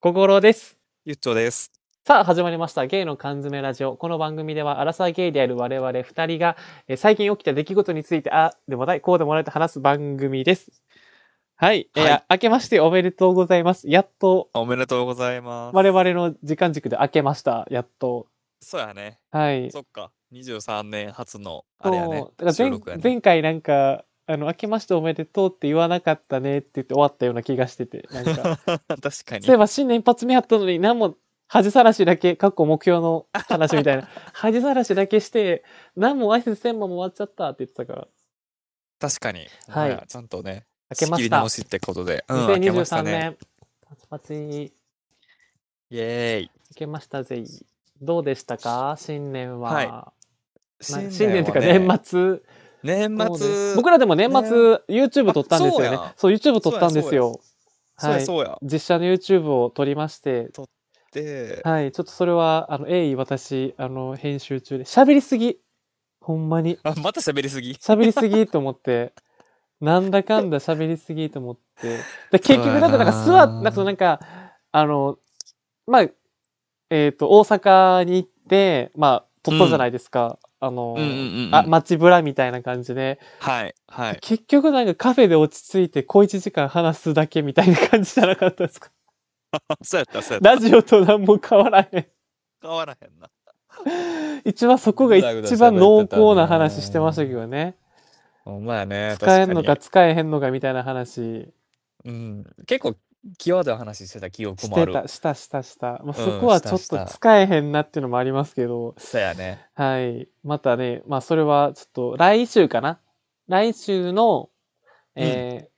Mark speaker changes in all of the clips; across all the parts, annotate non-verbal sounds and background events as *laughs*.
Speaker 1: 小五郎です。
Speaker 2: ゆっちょです。
Speaker 1: さあ、始まりました。ゲイの缶詰ラジオ。この番組では、アラサーゲイである我々二人が、えー最近起きた出来事について、ああでもない、こうでもないと話す番組です。はい。えー
Speaker 2: はい
Speaker 1: 明けましておめでとうございます。やっと、
Speaker 2: おめでとうございます。
Speaker 1: 我々の時間軸で明けました。やっと。
Speaker 2: そうやね。
Speaker 1: はい。
Speaker 2: そっか。23年初の、あれやね
Speaker 1: そう。だから
Speaker 2: 収
Speaker 1: 前
Speaker 2: 録やね。
Speaker 1: 前回なんか、あの、明けましておめでとうって言わなかったねって言って終わったような気がしてて、なんか。
Speaker 2: *laughs* 確かに
Speaker 1: そういえ。ば新年一発目やったのに何も恥さらしだけ、かっこ目標の話みたい
Speaker 2: *laughs*
Speaker 1: な。恥さらしだけして、何も挨拶せんまま終わっちゃったって言ってたから。
Speaker 2: 確かに。
Speaker 1: はい
Speaker 2: ほんまやちゃんとね、
Speaker 1: 明けまし
Speaker 2: 仕切り
Speaker 1: た
Speaker 2: 直。しってことで。うん、明けました
Speaker 1: 2023
Speaker 2: ね。
Speaker 1: 年。パチパチ明
Speaker 2: イェーイ。
Speaker 1: けましたぜい。どうでしたか新年は。
Speaker 2: はい
Speaker 1: まあ
Speaker 2: 新年,、
Speaker 1: 新年っていうか年末。
Speaker 2: 末。年
Speaker 1: そうです
Speaker 2: 末。
Speaker 1: 僕らでも年末 YouTube 撮ったんですよね
Speaker 2: あそうや。
Speaker 1: そう YouTube 撮ったんですよ。
Speaker 2: そう
Speaker 1: は
Speaker 2: や
Speaker 1: い。
Speaker 2: そうや。
Speaker 1: 実写の YouTube を撮りまして、
Speaker 2: で、
Speaker 1: はい、ちょっとそれは、あの、鋭意私、あの、編集中で、喋りすぎ。ほんまに。
Speaker 2: あ、また喋りすぎ。
Speaker 1: 喋りすぎと思って、 *laughs* なんだかんだ喋りすぎと思って。で、結局、なんか、なんか、
Speaker 2: そう
Speaker 1: 座
Speaker 2: やな
Speaker 1: っ、なんかその、なんか、あの、まあ、えっ、と、大阪に行って、まあ、撮ったじゃないですか。あの、
Speaker 2: うんうんうんうん
Speaker 1: あ、街ぶらみたいな感じで。
Speaker 2: はい。
Speaker 1: *laughs*
Speaker 2: はい。
Speaker 1: 結局、なんかカフェで落ち着いて、小一時間話すだけみたいな感じじゃなかった
Speaker 2: *laughs*
Speaker 1: ですか。
Speaker 2: あそうやった、そうやった。
Speaker 1: ラジオと何も変わらへん。
Speaker 2: 変わらへんな。
Speaker 1: 一番そこが
Speaker 2: ぐだぐだ
Speaker 1: 一番濃厚な
Speaker 2: 喋ってた
Speaker 1: 話
Speaker 2: ね
Speaker 1: してましたけどね。
Speaker 2: ほんまやね。
Speaker 1: 使えんの
Speaker 2: 確
Speaker 1: か
Speaker 2: かに。
Speaker 1: 使えへんのかみたいな話
Speaker 2: うん。結構、際どい話してた記憶
Speaker 1: し
Speaker 2: もあ
Speaker 1: て
Speaker 2: る。
Speaker 1: た、したしたした。まあ、
Speaker 2: うん
Speaker 1: そこはちょっ
Speaker 2: した
Speaker 1: と
Speaker 2: した
Speaker 1: 使えへんなっていうのもありますけど、
Speaker 2: そうやね。
Speaker 1: はい。またね、まあそれはちょっと来週かな。来週の、えー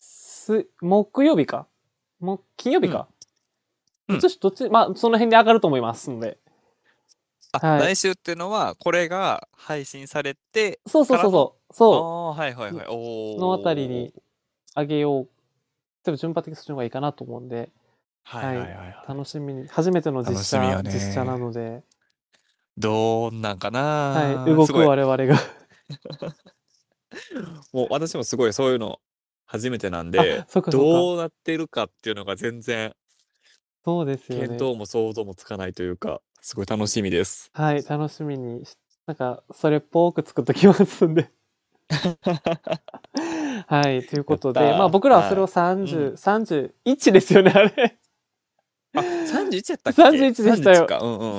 Speaker 1: す、木曜日か木、金曜日か。
Speaker 2: うんうん
Speaker 1: どっちどっち、まあその辺で上がると思いますので。
Speaker 2: あ、
Speaker 1: はい
Speaker 2: 来週っていうのは、これが配信されて、
Speaker 1: そうそうそうそう。
Speaker 2: あ
Speaker 1: そう。
Speaker 2: あ、はいはいはい。
Speaker 1: そ
Speaker 2: おー
Speaker 1: のあたりに。あげよう。でも順番的にそっちの方がいいかなと思うんで、
Speaker 2: はいはいはいはい。
Speaker 1: 楽しみに、初めての実
Speaker 2: 楽しみ
Speaker 1: 写、
Speaker 2: よね
Speaker 1: 実写なので、
Speaker 2: どうなんかな
Speaker 1: はい、動
Speaker 2: す
Speaker 1: く
Speaker 2: ごい
Speaker 1: 我々が。 *laughs*
Speaker 2: もう私もすごいそういうの初めてなんで
Speaker 1: あ、そっかそっか。
Speaker 2: どうなってるかっていうのが全然、
Speaker 1: そうですよ
Speaker 2: 見
Speaker 1: ね。
Speaker 2: 当も想像もつかないというか、すごい楽しみ
Speaker 1: *laughs*
Speaker 2: です。
Speaker 1: はい、楽しみにし。なんか、それっぽく作っときます
Speaker 2: *laughs*
Speaker 1: んで。はい、ということで、
Speaker 2: やったー
Speaker 1: まあ僕らはそれを
Speaker 2: う
Speaker 1: 30、31ですよね、あれ。
Speaker 2: あ、31やったっけ
Speaker 1: 31でしたよ
Speaker 2: 31かうんう
Speaker 1: 31、
Speaker 2: ん。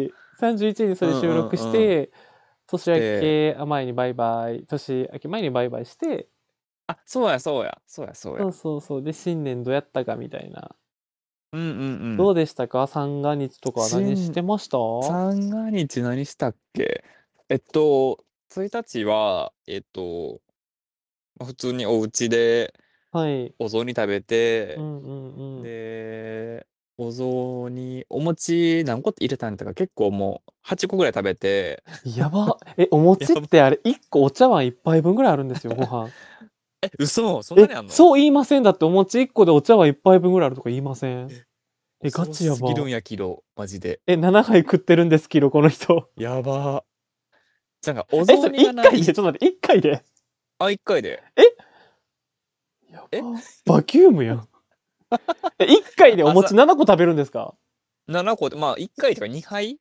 Speaker 2: 31
Speaker 1: 31、31にそれ収録して、
Speaker 2: うんうん
Speaker 1: 年明け前にバイバイ、年明け前にバイバイして、
Speaker 2: あ、そうやそうや、そうやそうや
Speaker 1: そう。そうそう、で、新年どうやったかみたいな。
Speaker 2: うんうんう
Speaker 1: ど
Speaker 2: ん。
Speaker 1: うでしたか三が日とかは何してました
Speaker 2: 三が日何したっけえっと、1日は、えっと、まあ普通にお家で
Speaker 1: はい。
Speaker 2: お雑煮食べて、
Speaker 1: うんうんうん。
Speaker 2: で、お雑煮、お餅何個って入れたんだか結構もう8個ぐらい食べて、
Speaker 1: *laughs* やば。え、お餅って
Speaker 2: *laughs*
Speaker 1: あれ、1個お茶碗1杯分ぐらいあるんですよ、ご飯。
Speaker 2: え、嘘そんなにあん
Speaker 1: え、
Speaker 2: の
Speaker 1: そう言いませんだって、お餅1個でお茶碗1杯分ぐらいあるとか言いません
Speaker 2: え。
Speaker 1: え、ガチや
Speaker 2: 恐ろ
Speaker 1: ば
Speaker 2: すぎ。るんや、キロ、マジで。
Speaker 1: え、7杯食ってるんです、キロ、この
Speaker 2: *laughs*
Speaker 1: 人。
Speaker 2: やば。なんか、お
Speaker 1: え、
Speaker 2: 雑
Speaker 1: それ
Speaker 2: 煮が
Speaker 1: 1
Speaker 2: な、
Speaker 1: 回で、ちょっと待って、1回で。
Speaker 2: あ、1回で。
Speaker 1: やば
Speaker 2: え
Speaker 1: バキュームや
Speaker 2: *laughs*
Speaker 1: ん。え、1回でお餅7個食べるんですか
Speaker 2: 7個で、まあ、1回とか2杯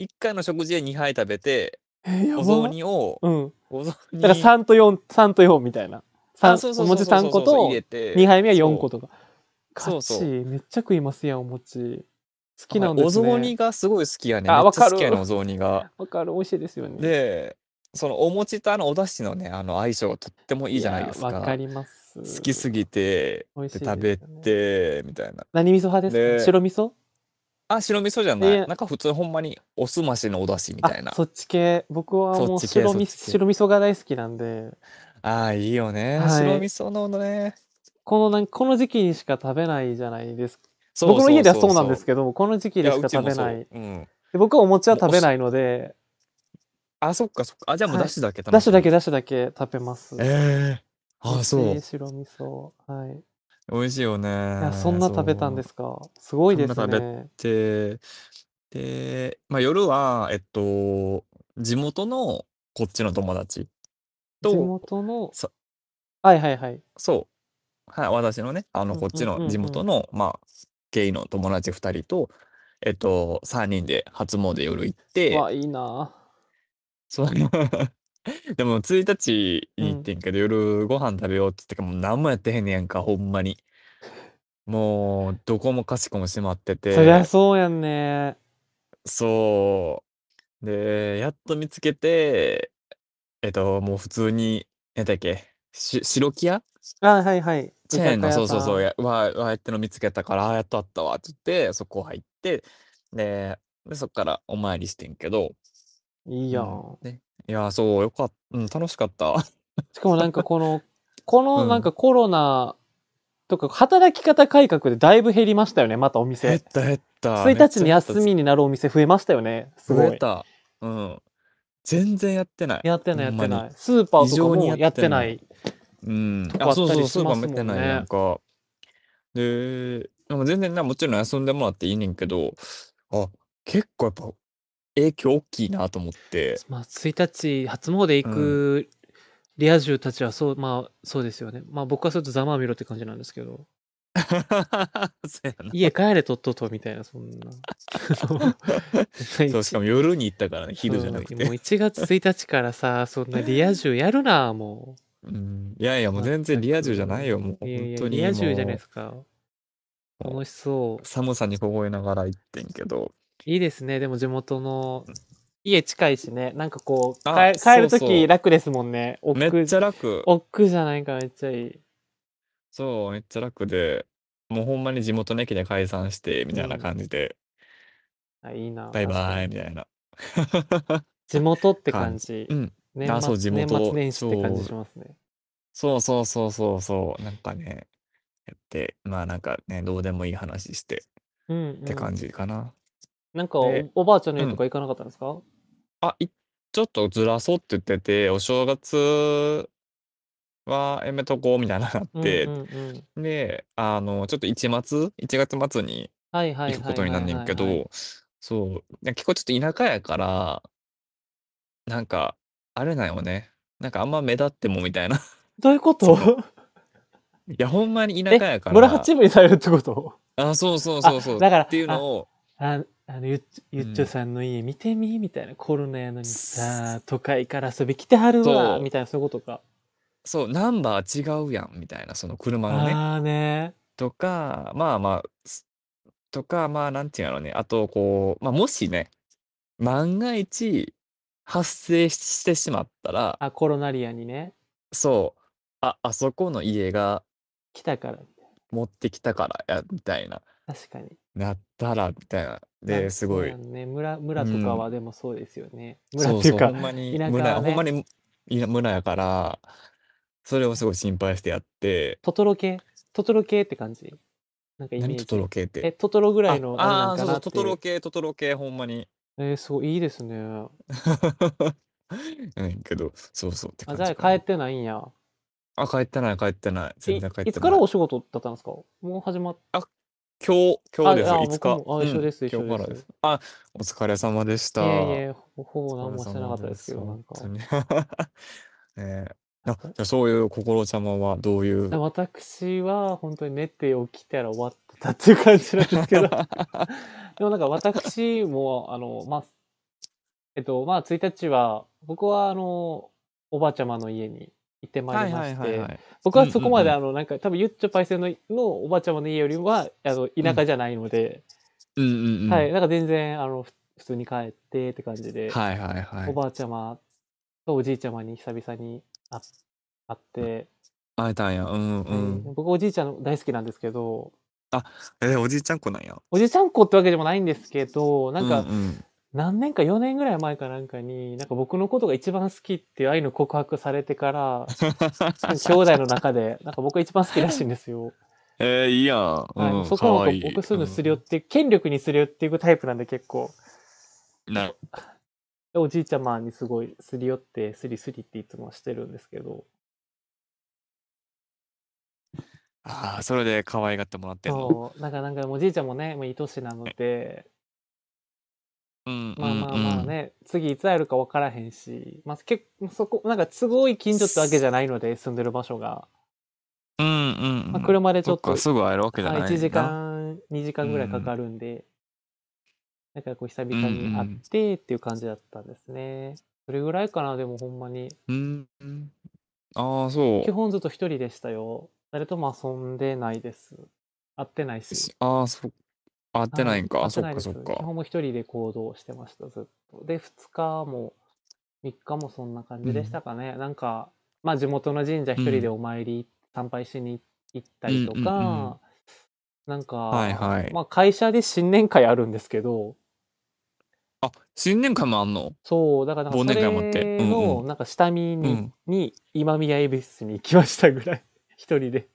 Speaker 2: ?1 回の食事で2杯食べて、
Speaker 1: え、やば。
Speaker 2: お雑煮を、
Speaker 1: うん。
Speaker 2: お雑煮
Speaker 1: だから3と4、3と4みたいな。
Speaker 2: あ
Speaker 1: 三
Speaker 2: そうそ
Speaker 1: お
Speaker 2: うそう
Speaker 1: 餅
Speaker 2: そうそう
Speaker 1: 3個
Speaker 2: そう
Speaker 1: と
Speaker 2: 入、れて
Speaker 1: 2杯目は4個とか。
Speaker 2: そ
Speaker 1: ガ
Speaker 2: うそ
Speaker 1: チ
Speaker 2: う
Speaker 1: めっちゃ食いますやん、お餅。好き
Speaker 2: そう
Speaker 1: なんですね。
Speaker 2: お雑煮がすごい好きやね。
Speaker 1: あ
Speaker 2: めっちゃ好き
Speaker 1: わか
Speaker 2: やね
Speaker 1: る
Speaker 2: お雑煮が。
Speaker 1: わかる、美味しいですよね。
Speaker 2: で、そのお餅とあのお出汁のね、あの相性がとってもいいじゃないです
Speaker 1: やわか
Speaker 2: か。
Speaker 1: ります。
Speaker 2: 好きすぎて、
Speaker 1: 美味しい
Speaker 2: で
Speaker 1: ですよ
Speaker 2: 食
Speaker 1: ね
Speaker 2: べて、みたいな。
Speaker 1: 何味噌派です
Speaker 2: で
Speaker 1: か白味噌
Speaker 2: あ、白味噌じゃない
Speaker 1: や。
Speaker 2: なんか普通ほんまにおすましのお出汁み
Speaker 1: あ
Speaker 2: たいな。
Speaker 1: そっち系。僕はもう
Speaker 2: そっち系
Speaker 1: 白味
Speaker 2: そっち系
Speaker 1: 白味噌が大好きなんで、
Speaker 2: ああ、いいよね。
Speaker 1: はい
Speaker 2: 白味噌のね。
Speaker 1: このなんこの時期にしか食べないじゃないですか。
Speaker 2: そう
Speaker 1: 僕の家ではそうなんです
Speaker 2: け
Speaker 1: けど、この時期でしか食べない。
Speaker 2: うん。
Speaker 1: で僕はお餅は食べないので、
Speaker 2: あ、そっかそっか。あ、じゃあもう
Speaker 1: はい
Speaker 2: 出汁だけ
Speaker 1: ダッシュだけ
Speaker 2: だ。
Speaker 1: ダッシュだけ食べます。
Speaker 2: ええ。あ、そ
Speaker 1: 美味
Speaker 2: う
Speaker 1: しい。白味噌。はい。い
Speaker 2: 美味しいよね。い
Speaker 1: や、そんな食べたんですか。すごいです
Speaker 2: そんな食
Speaker 1: ね。
Speaker 2: で、で、まあ、夜は、えっと、地元のこっちの友達
Speaker 1: 地
Speaker 2: と、
Speaker 1: 元の
Speaker 2: さ。
Speaker 1: はいはいはい。
Speaker 2: そう、はい、私のね、あの、
Speaker 1: うん
Speaker 2: こっち
Speaker 1: うんうんう
Speaker 2: の
Speaker 1: ん
Speaker 2: 地元の、まあ、ゲイの友達2人と、えっと、3人で初詣夜行って
Speaker 1: わ、あ、いいな
Speaker 2: そう *laughs* でも1日に行ってんけど、夜ご飯食べようって言ってからもう何もやってへんねやんか、ほんまに。もう、どこもかしこも閉まって
Speaker 1: あ。そりゃ
Speaker 2: て、
Speaker 1: そうやんね。
Speaker 2: そう。で、やっと見つけて、えっと、もう普通に、なんだっけ、し白木屋
Speaker 1: あ、はいはい。
Speaker 2: チェーンの、そうそうそう、
Speaker 1: や。
Speaker 2: やわ、わやっての見つけたから、あーやっとあったわ、って言って、そこ入って、で、でそっからお参りしてんけど、
Speaker 1: いいやん。
Speaker 2: ね、いやー、そう、よかった、うん、楽しかった。
Speaker 1: しかもなんかこの、 *laughs* こ
Speaker 2: う
Speaker 1: の
Speaker 2: ん
Speaker 1: なんかコロナとか、働き方改革でだいぶ減りましたよね、またお
Speaker 2: *laughs* 減っ
Speaker 1: 店。
Speaker 2: た減った。めっ
Speaker 1: 1
Speaker 2: ち
Speaker 1: 日
Speaker 2: ゃ
Speaker 1: に
Speaker 2: 減った
Speaker 1: 休みになるお店増えましたよね。す
Speaker 2: 増
Speaker 1: ご
Speaker 2: え
Speaker 1: い。
Speaker 2: た。うん。全然やってない。
Speaker 1: やってないやって
Speaker 2: ほんま
Speaker 1: な
Speaker 2: に
Speaker 1: い。スーパーとか
Speaker 2: 異常に
Speaker 1: もや
Speaker 2: や
Speaker 1: っ
Speaker 2: ってて
Speaker 1: な
Speaker 2: ない
Speaker 1: い。
Speaker 2: うん。
Speaker 1: とかあ
Speaker 2: あ、
Speaker 1: っ
Speaker 2: そう
Speaker 1: た
Speaker 2: そ
Speaker 1: り
Speaker 2: う、
Speaker 1: し
Speaker 2: スーパ
Speaker 1: ま
Speaker 2: ー
Speaker 1: す
Speaker 2: もやっ
Speaker 1: も
Speaker 2: て
Speaker 1: ん
Speaker 2: ないや
Speaker 1: ね
Speaker 2: ん。か。で、でも全然な、もちろん休んでもらっていいねんけど、あ、結構やっぱ影響大きいなと
Speaker 1: *laughs*
Speaker 2: 思って。
Speaker 1: まあ、1日、初詣行くリア充たちはそう、まあ、そうですよね。まあ、僕はそれとざまあみろって感じなんですけど。
Speaker 2: *laughs* そうやな。
Speaker 1: 家帰れとっとと、みたいな、そんな。
Speaker 2: *laughs*
Speaker 1: *laughs*
Speaker 2: そう、しかも夜に行ったからね、昼じゃな
Speaker 1: う
Speaker 2: く
Speaker 1: んもう
Speaker 2: て。
Speaker 1: 1月1日からさ、そんなリア充やるな、もう。
Speaker 2: うん、いやいや、もう全然リア充じゃないよ、もう
Speaker 1: いやい
Speaker 2: 本
Speaker 1: や
Speaker 2: 当に
Speaker 1: リア充じゃない
Speaker 2: も
Speaker 1: ですか。楽しそう
Speaker 2: う。寒さに凍えながら行ってんけど。
Speaker 1: いいですね、でも地元の。家近いしね、なんかこう、
Speaker 2: あ
Speaker 1: 帰帰ると
Speaker 2: そうそ
Speaker 1: き
Speaker 2: う
Speaker 1: 楽ですもんね。おっ
Speaker 2: めっ
Speaker 1: く
Speaker 2: ちゃ楽。
Speaker 1: おっくじゃないからめっちゃいい。
Speaker 2: そう、めっちゃ楽で、もうほんまに地元の駅で解散して、みたいな感じで、
Speaker 1: あいいな。
Speaker 2: バイ
Speaker 1: 確
Speaker 2: バ
Speaker 1: か
Speaker 2: イ、
Speaker 1: に
Speaker 2: みたいな。
Speaker 1: 地元って
Speaker 2: 感
Speaker 1: 感じ
Speaker 2: う。ん。
Speaker 1: 年
Speaker 2: あそう
Speaker 1: 末
Speaker 2: 地
Speaker 1: 年
Speaker 2: 元
Speaker 1: 末年始って感じ
Speaker 2: そう
Speaker 1: しますね。
Speaker 2: そうそうそうそうそう。なんかね、やって、まあなんかね、どうでもいい話して
Speaker 1: うんう
Speaker 2: って感
Speaker 1: ん。
Speaker 2: じかな。
Speaker 1: なんかお
Speaker 2: で、
Speaker 1: おばあちゃんの
Speaker 2: う
Speaker 1: 家と
Speaker 2: ん。
Speaker 1: か行かなかったんですか
Speaker 2: あ、い、ちょっとずらそうって言ってて、お正月はやめとこう、みたいなのがあっ
Speaker 1: うんう
Speaker 2: て、
Speaker 1: んうん。
Speaker 2: で、あの、ちょっと一末、1月末に
Speaker 1: はいは
Speaker 2: 行
Speaker 1: い
Speaker 2: くこ
Speaker 1: はい
Speaker 2: とに
Speaker 1: は
Speaker 2: なん
Speaker 1: い
Speaker 2: ねん
Speaker 1: はい
Speaker 2: け
Speaker 1: はい。
Speaker 2: ど、そう、なんか結構ちょっと田舎やから、なんか、あれなんよね。なんかあんま目立ってもみたいな。 *laughs*
Speaker 1: どういうこ
Speaker 2: その、
Speaker 1: と
Speaker 2: いや、ほんまに田
Speaker 1: え、
Speaker 2: 舎やか
Speaker 1: 村八
Speaker 2: ら、
Speaker 1: 分にされるってこと
Speaker 2: あ、そうそう
Speaker 1: あ、
Speaker 2: そうそう、っ
Speaker 1: だから、
Speaker 2: ていうの
Speaker 1: あ、
Speaker 2: を、
Speaker 1: あ、あの、ゆっちょ、ゆ
Speaker 2: う
Speaker 1: っちょ
Speaker 2: ん、
Speaker 1: さんの家見てみみたいな。コロナやのにさ、
Speaker 2: す
Speaker 1: 都会から遊び来てはるわみ
Speaker 2: そ
Speaker 1: たいな、そういうことか。
Speaker 2: う、そう、ナンバー違うやん、みたいな、その車のね。
Speaker 1: あーね
Speaker 2: とか、まあまあ、すとか、まあ、なんていうのね。あと、こう、まあ、もしね、万が一、発生してしまったら、
Speaker 1: あ、コロナリアにね、
Speaker 2: そう、あ、あそこの家が
Speaker 1: 来たから。
Speaker 2: 持ってきたからや、みたいな、
Speaker 1: 確かに。
Speaker 2: なったら、みたいな。
Speaker 1: なん
Speaker 2: で、
Speaker 1: か
Speaker 2: す
Speaker 1: そう
Speaker 2: ご
Speaker 1: や
Speaker 2: い、
Speaker 1: んね。村、
Speaker 2: う
Speaker 1: 村とか
Speaker 2: ん、
Speaker 1: はでもそうですよね。村っ
Speaker 2: そう
Speaker 1: ていう
Speaker 2: そう、ほ
Speaker 1: か、
Speaker 2: んまに
Speaker 1: 田舎
Speaker 2: 村
Speaker 1: は
Speaker 2: や、ほんま
Speaker 1: ね、
Speaker 2: にいや村やから、それをすごい心配してやって、
Speaker 1: トトロ系、トトロ系って感じ。なんかイメ
Speaker 2: 何
Speaker 1: ー
Speaker 2: トト
Speaker 1: ジ。
Speaker 2: ロ系って。
Speaker 1: え、トトロぐらい
Speaker 2: あ、
Speaker 1: のあれなん
Speaker 2: ああ、
Speaker 1: か
Speaker 2: そうそ
Speaker 1: な
Speaker 2: う、
Speaker 1: っ
Speaker 2: ト
Speaker 1: て
Speaker 2: ト
Speaker 1: い
Speaker 2: ロ
Speaker 1: う。
Speaker 2: 系、トトロ系、ほんまに。
Speaker 1: えー、すごいいいですね。
Speaker 2: うん、けど、そうそうって
Speaker 1: あ、
Speaker 2: 感
Speaker 1: じゃ
Speaker 2: じ
Speaker 1: あ
Speaker 2: か
Speaker 1: 帰
Speaker 2: な。
Speaker 1: ってないんや。
Speaker 2: あ、帰ってない、帰ってない。全
Speaker 1: い、
Speaker 2: 然帰っ
Speaker 1: い
Speaker 2: て
Speaker 1: つから
Speaker 2: ない。
Speaker 1: お仕事だったんですかもう始まっ、
Speaker 2: あ、今日、今
Speaker 1: あ、
Speaker 2: 日です、
Speaker 1: あ、
Speaker 2: いつ
Speaker 1: 僕
Speaker 2: か。
Speaker 1: も、あ、
Speaker 2: う
Speaker 1: 一緒
Speaker 2: ん、
Speaker 1: です一緒
Speaker 2: 今日
Speaker 1: で。
Speaker 2: からですす。あ、お疲れ様でし
Speaker 1: いえい
Speaker 2: た。
Speaker 1: え、ほほ
Speaker 2: お
Speaker 1: ぼ
Speaker 2: 疲
Speaker 1: 何
Speaker 2: れ
Speaker 1: もしてな
Speaker 2: 様
Speaker 1: かったで
Speaker 2: です
Speaker 1: け
Speaker 2: す、
Speaker 1: ど、な
Speaker 2: 本
Speaker 1: んか。
Speaker 2: 当に。 *laughs*
Speaker 1: *laughs*
Speaker 2: ねえ。
Speaker 1: あ
Speaker 2: あ、じゃあそういう心ちゃまはどういう
Speaker 1: 私は本当に寝て起きたら終わってたっていう感じなんですけ
Speaker 2: *laughs*
Speaker 1: どでもなんか私もあのまあえっとまあ1日は僕はあのおばあちゃまの家に行ってまいり
Speaker 2: はい
Speaker 1: ま
Speaker 2: はい
Speaker 1: し
Speaker 2: はいは
Speaker 1: て
Speaker 2: い。
Speaker 1: 僕
Speaker 2: うん
Speaker 1: は
Speaker 2: うん
Speaker 1: そこま
Speaker 2: う
Speaker 1: であ
Speaker 2: ん。
Speaker 1: のなんか多分ゆっちょパイセンののおばあちゃまの家よりはあの
Speaker 2: う
Speaker 1: 田舎
Speaker 2: ん。
Speaker 1: じゃないので
Speaker 2: うんうんう
Speaker 1: はい
Speaker 2: ん。
Speaker 1: なんか全然あのふ普通に帰ってって感じで
Speaker 2: はいはいは
Speaker 1: お
Speaker 2: い。
Speaker 1: ばあちゃまとおじいちゃまに久々に会会っ
Speaker 2: うん
Speaker 1: て
Speaker 2: 会えたんや。うん
Speaker 1: は
Speaker 2: う
Speaker 1: い
Speaker 2: ん。
Speaker 1: 僕おじいちゃん大好きなんですけど
Speaker 2: あ、えー、おじいちゃん子なんや。
Speaker 1: おじちゃん子ってわけでもないんですけど、な
Speaker 2: うんん
Speaker 1: か、
Speaker 2: うん。
Speaker 1: 何年か4年ぐらい前かなんかに、なんか僕のことが一番好きっていう愛の告白されてから、
Speaker 2: *laughs*
Speaker 1: なんか兄弟の中で、なんか僕が一番好きらしいんですよ。
Speaker 2: えー、いいやん。
Speaker 1: はい。もう
Speaker 2: うん、
Speaker 1: そ
Speaker 2: か
Speaker 1: この
Speaker 2: わ
Speaker 1: 子、
Speaker 2: い
Speaker 1: 僕
Speaker 2: い。
Speaker 1: そういううのすり寄っ
Speaker 2: ん。
Speaker 1: て、権力にすり寄っていくタイプなんで結構、
Speaker 2: な、
Speaker 1: おじいちゃまにすごいすり寄って、すりすりっていつもしてるんですけど、
Speaker 2: ああ、それで可愛がってもらってんの。
Speaker 1: そう、なんかなんかおじいちゃんもね、もういい年なので、
Speaker 2: うんう
Speaker 1: まあ
Speaker 2: ん
Speaker 1: まあ
Speaker 2: う
Speaker 1: まあ
Speaker 2: ん。
Speaker 1: ね、次いつ会えるか分からへんし、まあ結構そこ、なんかすごい近所ってわけじゃないので、住んでる場所が。
Speaker 2: うんうんうん。
Speaker 1: まあ、車でちょっ
Speaker 2: そ
Speaker 1: と、
Speaker 2: かすぐ会えるわけじゃない
Speaker 1: まあ
Speaker 2: な。
Speaker 1: 1時間、2時間ぐらいかかるんで、なんかこう久々に会ってっていう感じだったんですね。それぐらいかな、でもほんまに。
Speaker 2: うんうん。ああ、そ
Speaker 1: 基
Speaker 2: う。
Speaker 1: 本ずっと一人でしたよ。誰とも遊んでないです。会ってないし。
Speaker 2: ああ、そう。会ってないん
Speaker 1: は
Speaker 2: か。
Speaker 1: 会
Speaker 2: あ、
Speaker 1: って
Speaker 2: そ
Speaker 1: な
Speaker 2: っ
Speaker 1: い
Speaker 2: か
Speaker 1: です
Speaker 2: そっ
Speaker 1: 基
Speaker 2: か。
Speaker 1: 本も一人で行動してました、ずっと。で、2日も3日もそんな感じでしたかね。なんか、まあ地元の神社一人で
Speaker 2: うん
Speaker 1: お参り、参拝しに行ったりとか、
Speaker 2: うんうんうん
Speaker 1: なんか、
Speaker 2: はいはい
Speaker 1: まあ会社で新年会あるんですけど、
Speaker 2: あ、新年会もあんの
Speaker 1: そう、だからなん
Speaker 2: 忘
Speaker 1: かそ
Speaker 2: 年
Speaker 1: れ
Speaker 2: 会もあってうん
Speaker 1: の
Speaker 2: う
Speaker 1: なんか下見に,、
Speaker 2: うん
Speaker 1: に今宮恵比寿に行きましたぐらい、一人で。
Speaker 2: へ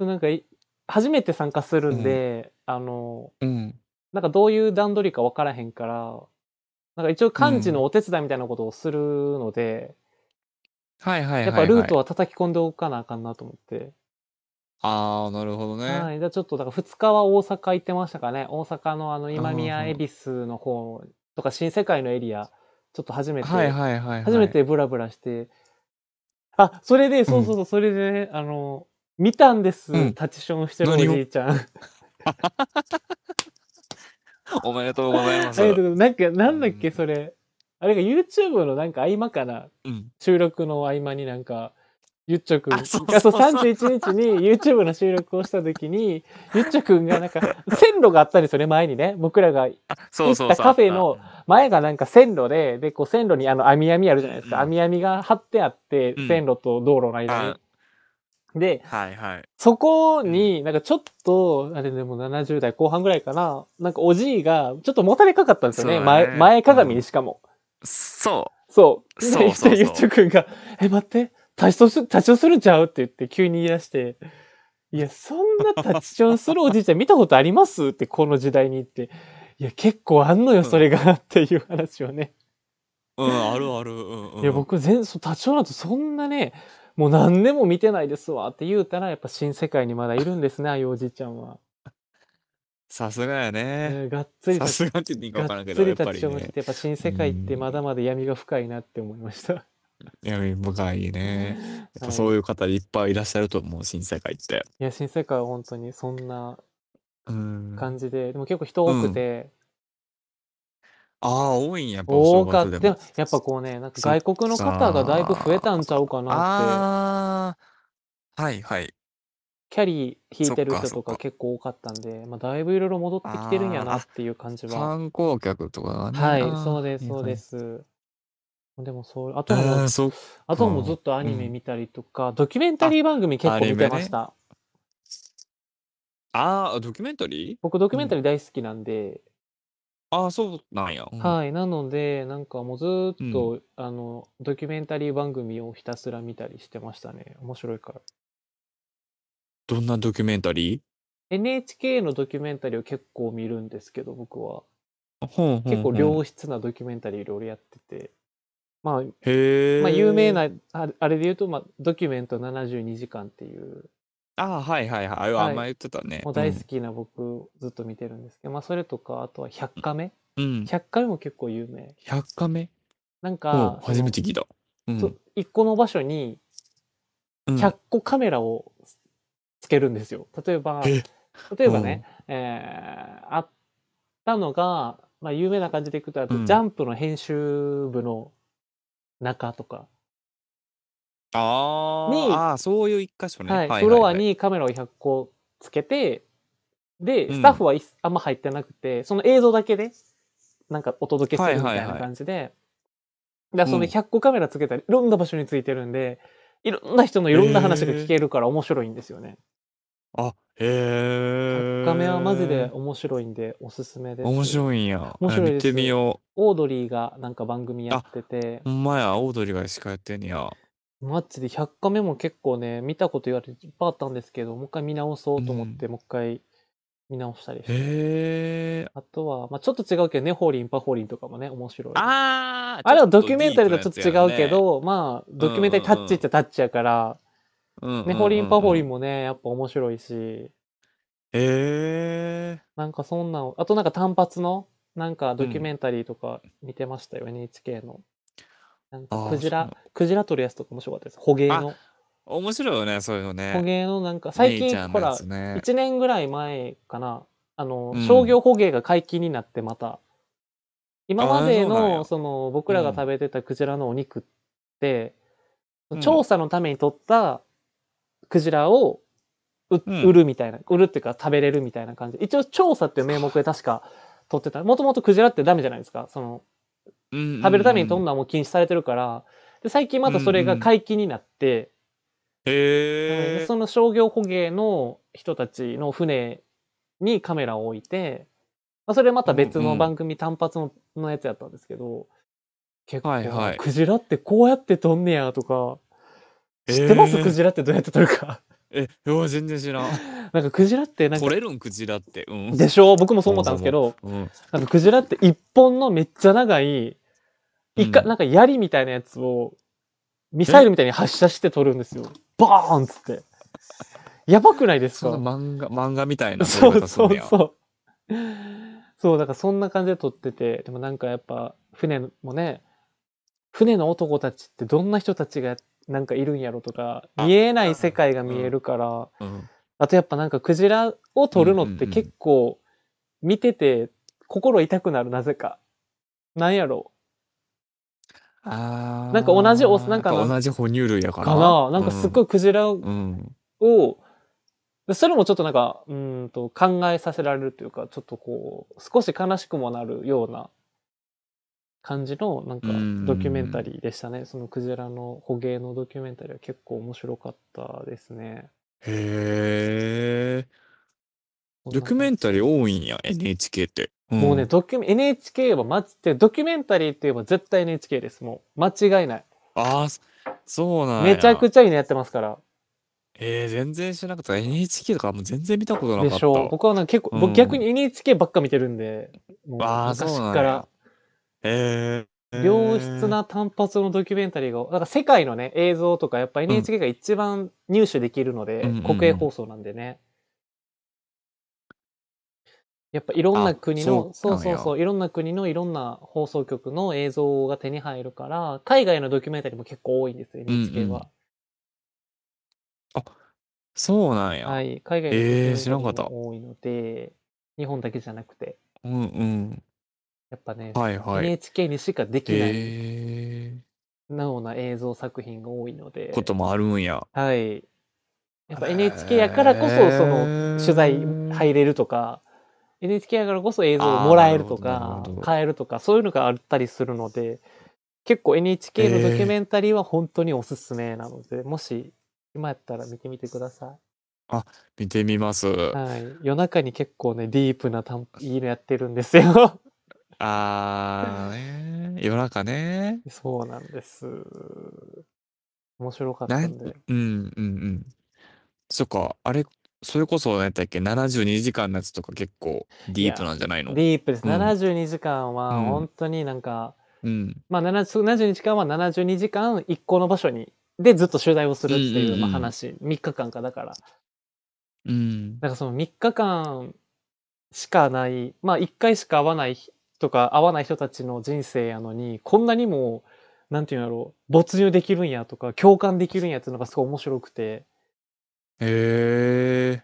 Speaker 2: え。
Speaker 1: なんかい初めて参加するんで、あの、
Speaker 2: うん。
Speaker 1: なんかどういう段取りか分からへんから、なんか一応漢字のお手伝いみたいなことをするので、
Speaker 2: はいはいはい、はい。
Speaker 1: やっぱルートは叩き込んでおかなあかんなと思って。
Speaker 2: ああ、なるほどね。
Speaker 1: はい。じゃあちょっと、だから2日は大阪行ってましたかね。大阪のあの今
Speaker 2: うん
Speaker 1: 宮
Speaker 2: うん
Speaker 1: 恵比寿の方とか新世界のエリア、ちょっと初めて、
Speaker 2: はいはいはいはい。
Speaker 1: 初めてブラブラして、あ、それで、そうそうそう、それでね、あの、見たんです、
Speaker 2: うん
Speaker 1: タチションしてるお
Speaker 2: 何を
Speaker 1: じいちゃん。あ
Speaker 2: おめでとうございます。
Speaker 1: れなんか、なんだっ
Speaker 2: う
Speaker 1: け、
Speaker 2: ん
Speaker 1: それ。あれが YouTube のなんか合間かな。
Speaker 2: うん。
Speaker 1: 収録の合間になんか、ゆっちょくん、
Speaker 2: あそう
Speaker 1: あそう
Speaker 2: そうそう
Speaker 1: 31日に YouTube の収録をした時に、ゆっちょくんがなんか、線路があったんですよね、前にね。僕らが、
Speaker 2: そうそうそう。
Speaker 1: カフェの前がなんか線路で、で、こう線路にあの網網あるじゃないですか。
Speaker 2: うんうん
Speaker 1: 網網が張ってあって
Speaker 2: うん、
Speaker 1: 線路と道路の
Speaker 2: あった。
Speaker 1: 間
Speaker 2: あ
Speaker 1: に。で、
Speaker 2: はいはい。
Speaker 1: そこに、なんかちょっと、あれでも70代後半ぐらいかな、なんかおじいが、ちょっともたれかかったんですよね。
Speaker 2: そうだね
Speaker 1: 前、前かがみにしかも。
Speaker 2: そ
Speaker 1: そう。
Speaker 2: そうそうそう
Speaker 1: で、ゆっちょくんが、え、待って、立ちションす、立ちションするんちゃうって言って急に言い出して、いや、そんな立ちションするおじいちゃん見たことありますって、この時代に言って。いや、結構あんのよ、それが、っていう話をね。
Speaker 2: う。うん、あるある。うん、うん。
Speaker 1: いや、僕、全、そう立ちションなんてそんなね、もう何年も見てないですわ、って言うたら、やっぱ新世界にまだいるんですね、ああいうおじいちゃんは。
Speaker 2: さすがやね。
Speaker 1: ねがっつり
Speaker 2: さ
Speaker 1: 立ち
Speaker 2: すがって言っていいか
Speaker 1: が
Speaker 2: 分から
Speaker 1: っ
Speaker 2: んけ
Speaker 1: つ
Speaker 2: ど、や
Speaker 1: り
Speaker 2: っぱ
Speaker 1: 立ち
Speaker 2: り
Speaker 1: 上がして
Speaker 2: ね。
Speaker 1: やっぱ新世界ってまだまだ闇が深いなって思いました。
Speaker 2: 闇深いね。やっ
Speaker 1: は
Speaker 2: ぱ
Speaker 1: い
Speaker 2: そういう方いっぱいいらっしゃると思う、新世界って。
Speaker 1: いや新世界は本当にそんな
Speaker 2: うん。あ
Speaker 1: 感じで、でも結構人多くて、
Speaker 2: あー、多いんや、やっぱ
Speaker 1: 多
Speaker 2: お正
Speaker 1: か
Speaker 2: 月
Speaker 1: っ
Speaker 2: で
Speaker 1: た
Speaker 2: も。
Speaker 1: でもやっぱこうねなんか外国の方がだいぶ増えたんちゃうかなって
Speaker 2: ああ。はいはい。
Speaker 1: キャリー弾いてる
Speaker 2: そっか
Speaker 1: 人
Speaker 2: そ
Speaker 1: と
Speaker 2: っか
Speaker 1: か結構多かったんで、まあ、だいぶいろいろ戻ってきてるんやなっていう感じは
Speaker 2: 観光客とかがね。
Speaker 1: はい
Speaker 2: あー
Speaker 1: そうです
Speaker 2: は
Speaker 1: そ
Speaker 2: いうはい
Speaker 1: です、でもそうあ
Speaker 2: え
Speaker 1: とはもう
Speaker 2: ー、そっ
Speaker 1: あとはもうずっとアニメ見たりとか、ドキュメンタリー番組結構見てました、
Speaker 2: ああ、ドキュメンタリー
Speaker 1: 僕ドキュメンタリー大好きなんで、
Speaker 2: ああ、そうなんや。うん
Speaker 1: はいなのでなんかもうずーっと、あのドキュメンタリー番組をひたすら見たりしてましたね面白いから
Speaker 2: どんなドキュメンタリー
Speaker 1: NHK のドキュメンタリーを結構見るんですけど僕は
Speaker 2: ほんほん
Speaker 1: 結構
Speaker 2: ほん
Speaker 1: 良質なドキュメンタリーいろいろやってて、まあ
Speaker 2: へえ。
Speaker 1: まあ有名。なああれで言うと、まあ、ドキュメント72時間っていう
Speaker 2: ああ、はいはいはい。
Speaker 1: はい
Speaker 2: あんま言ってたね。
Speaker 1: もう大好きな僕ずっと見てるんですけど、まあそれとかあとは「100カメ」
Speaker 2: うん。うん。
Speaker 1: 100カメも結構有名
Speaker 2: 100カメ
Speaker 1: なん
Speaker 2: うん
Speaker 1: かその
Speaker 2: 初めて聞いた。うん。
Speaker 1: そ一個の場所に
Speaker 2: うん
Speaker 1: 100個カメラをつけるんですよ例えば
Speaker 2: え
Speaker 1: 例えばね、えーあったのが、まあ、有名な感じでいくとあと、
Speaker 2: うん
Speaker 1: ジャンプの編集部の中とか、
Speaker 2: あ
Speaker 1: に
Speaker 2: ーあー、そういう一箇所ね。
Speaker 1: はい
Speaker 2: はい
Speaker 1: フロア
Speaker 2: はいはい
Speaker 1: にカメラを100個つけてで
Speaker 2: うん
Speaker 1: スタッフはいっあんま入ってなくて、その映像だけでなんかお届けするみた
Speaker 2: はい
Speaker 1: い
Speaker 2: はいは
Speaker 1: ない感じで、だからその
Speaker 2: うん
Speaker 1: 100個カメラつけたらいろんな場所についてるんでいろんな人のいろんな話が聞けるから面白いんですよね。
Speaker 2: あ、へ
Speaker 1: 100
Speaker 2: え。
Speaker 1: カメはマジで面白いんでおすすめです。
Speaker 2: 面白いんや。
Speaker 1: 面白い
Speaker 2: あ見
Speaker 1: です
Speaker 2: てみよ
Speaker 1: オードリーがなんか番組やってて
Speaker 2: う。ほんまや、オードリーが司会やってんねや。
Speaker 1: マッチで100カメも結構ね見たこと言われていっぱいあったんですけどもう一回見直そうと思って、もう一回見直したりして
Speaker 2: へえ。
Speaker 1: あとは、まあ、ちょっと違うけどねホーリンパホーリンとかもね面白い
Speaker 2: ああ
Speaker 1: あれはドキュメンタリーとはちょっと違うけど、
Speaker 2: ど
Speaker 1: まあドキュメンタリータッチっちゃタッチやから、ねホーリンパホーリンもねやっぱ面白いし
Speaker 2: ええ
Speaker 1: なんかそんなのあとなんか単発のなんかドキュメンタリーとか見てましたよ、NHK のなん
Speaker 2: あ
Speaker 1: か
Speaker 2: ー
Speaker 1: クジ
Speaker 2: そう
Speaker 1: ラクジラ取るやつとか面白かったです捕鯨の
Speaker 2: 面白いよね、そういうの
Speaker 1: 捕
Speaker 2: ね。
Speaker 1: 鯨のなんか、最
Speaker 2: 姉ち
Speaker 1: 近
Speaker 2: ゃ、ん
Speaker 1: ほ
Speaker 2: のや
Speaker 1: ら
Speaker 2: つ、ね。
Speaker 1: 1年ぐらい前かな、あの、
Speaker 2: うん
Speaker 1: 商業捕鯨が解禁になってまた、今まで
Speaker 2: あそうなん
Speaker 1: の、
Speaker 2: や
Speaker 1: その、僕らが食べてたクジラのお肉って、
Speaker 2: うん
Speaker 1: 調査のために取ったクジラをう
Speaker 2: うん
Speaker 1: 売るみたいな、売るっていうか食べれるみたいな感じ。一応調査っていう名目で確か取ってた。もともとクジラってダメじゃないですか。その、
Speaker 2: 食
Speaker 1: 食べるために取る
Speaker 2: ん
Speaker 1: の
Speaker 2: だ。
Speaker 1: はもう禁止されてるから、で最近またそれ
Speaker 2: うん
Speaker 1: が
Speaker 2: うん
Speaker 1: 解禁になって、
Speaker 2: へ
Speaker 1: うん
Speaker 2: え。
Speaker 1: その商業捕鯨の人たちの船にカメラを置いて、まあ、それまた別
Speaker 2: うんう
Speaker 1: の
Speaker 2: ん
Speaker 1: 番組単発ののやつやったんですけど、結構、
Speaker 2: はいはい
Speaker 1: クジラってこうやって撮んねやとか、
Speaker 2: えー
Speaker 1: 知ってます、クジラってどうやって撮るか。 *laughs*
Speaker 2: え、うわ、全然知らん。
Speaker 1: なんかクジラってなんか
Speaker 2: 取、れるん、クジラって。うん。
Speaker 1: でしょ僕もそう思ったんですけど、
Speaker 2: うん。
Speaker 1: なんかクジラって一本のめっちゃ長い、いか
Speaker 2: うん
Speaker 1: なんか槍みたいなやつを、ミサイルみたいに発射して撮るんですよ。バーンっつって。やばくないですか
Speaker 2: そんな漫画、漫画みたいな撮
Speaker 1: そ
Speaker 2: り
Speaker 1: う
Speaker 2: 方す
Speaker 1: そ
Speaker 2: んね
Speaker 1: う
Speaker 2: や。
Speaker 1: そう。そう、だからそんな感じで撮ってて、でもなんかやっぱ船もね、船の男たちってどんな人たちがなんかいるんやろとか、
Speaker 2: あ
Speaker 1: 見えない世界が見えるから、
Speaker 2: うん。
Speaker 1: あとやっぱなんかクジラを撮るのっ
Speaker 2: うんうん
Speaker 1: て
Speaker 2: うん
Speaker 1: 結構見てて心痛くなる、なぜか。なんやろ
Speaker 2: あー
Speaker 1: なんか同じおなんか
Speaker 2: やっぱ同じ哺乳類や
Speaker 1: う
Speaker 2: から。
Speaker 1: かななんかすっごいクジラを
Speaker 2: うん。うん。
Speaker 1: を、それもちょっとなんか、うーんと考えさせられるというか、ちょっとこう、少し悲しくもなるような感じの、なんか
Speaker 2: うーん
Speaker 1: ドキュメンタリーでしたね。そのクジラの捕鯨のドキュメンタリーは結構面白かったですね。
Speaker 2: へえ。ドキュメ
Speaker 1: ン
Speaker 2: ンタリー多いんや、NHK って。ん
Speaker 1: もうね、、ドキュメ NHK はマジで、ドキュメンタリーって言えば絶対 NHK です。もう、間違いない。
Speaker 2: ああ、そそうなんや。
Speaker 1: めちゃく
Speaker 2: ちゃ。
Speaker 1: ちゃいいのやってますから。
Speaker 2: えー、全然知らなかった。NHK とかもう全然見たことなか
Speaker 1: で
Speaker 2: った。
Speaker 1: しょう。僕はなんか結構、
Speaker 2: うん
Speaker 1: 僕逆に NHK ばっか見てるんで、もう
Speaker 2: あーそう
Speaker 1: 昔
Speaker 2: なんや
Speaker 1: から。
Speaker 2: えー。
Speaker 1: 良質な単発のドキュメンタリーが、だから世界のね、映像とか、やっぱ NHK が一番入手できるので、
Speaker 2: うんうんうん
Speaker 1: 国営放送なんでね。やっぱいろんな国の、
Speaker 2: あ
Speaker 1: そ
Speaker 2: そうう
Speaker 1: そう
Speaker 2: なんや
Speaker 1: そう、いろんな国のいろんな放送局の映像が手に入るから、海外のドキュメンタリーも結構多いんですよ、
Speaker 2: うんうん
Speaker 1: NHK は。
Speaker 2: そうなんや。
Speaker 1: はい。海外のドキュメンタリ
Speaker 2: えー知らんかっ
Speaker 1: ー
Speaker 2: た
Speaker 1: も多いので、日本だけじゃなくて、
Speaker 2: うんうん。
Speaker 1: やっぱね、
Speaker 2: はいはい。
Speaker 1: NHK にしかできない
Speaker 2: え
Speaker 1: ような映像作品が多いので。
Speaker 2: ー。こともあるんや。
Speaker 1: はい。やっぱ NHK やからこそ、その、
Speaker 2: の
Speaker 1: 取材入れるとか、NHK やからこそ映像をもらえると
Speaker 2: あーなる
Speaker 1: か
Speaker 2: ほどなるほ、ど
Speaker 1: 買えるとか、そういうのがあったりするので、結構 NHK の
Speaker 2: えー
Speaker 1: ドキュメンタリーは本当におすすめなので、もし、今やったら見てみてくださ
Speaker 2: 見てみます。
Speaker 1: い。はい。夜中に結構ね、ディープなたんいいのやってるんですよ。 *laughs*
Speaker 2: あーね。夜中ね。
Speaker 1: そうなんです。面白かった
Speaker 2: なんん
Speaker 1: で。
Speaker 2: うんうんうん。そっか、あれ、それこそ、何やったっけ、72時間のやつとか結構ディープなんじゃないの
Speaker 1: ディープです。
Speaker 2: うん
Speaker 1: 72時間は
Speaker 2: うん
Speaker 1: 本当になんか、
Speaker 2: うん。
Speaker 1: まあ、7 72時間は72時間一個の場所にでずっと取材をするっていう、
Speaker 2: うんうんうん
Speaker 1: まあ、話3日間かだから
Speaker 2: うん。
Speaker 1: なんかその3日間しかないまあ1回しか会わない人とか会わない人たちの人生やのにこんなにもなんていうんだろう没入できるんやとか共感できるんやっていうのがすごい面白くて
Speaker 2: へえ。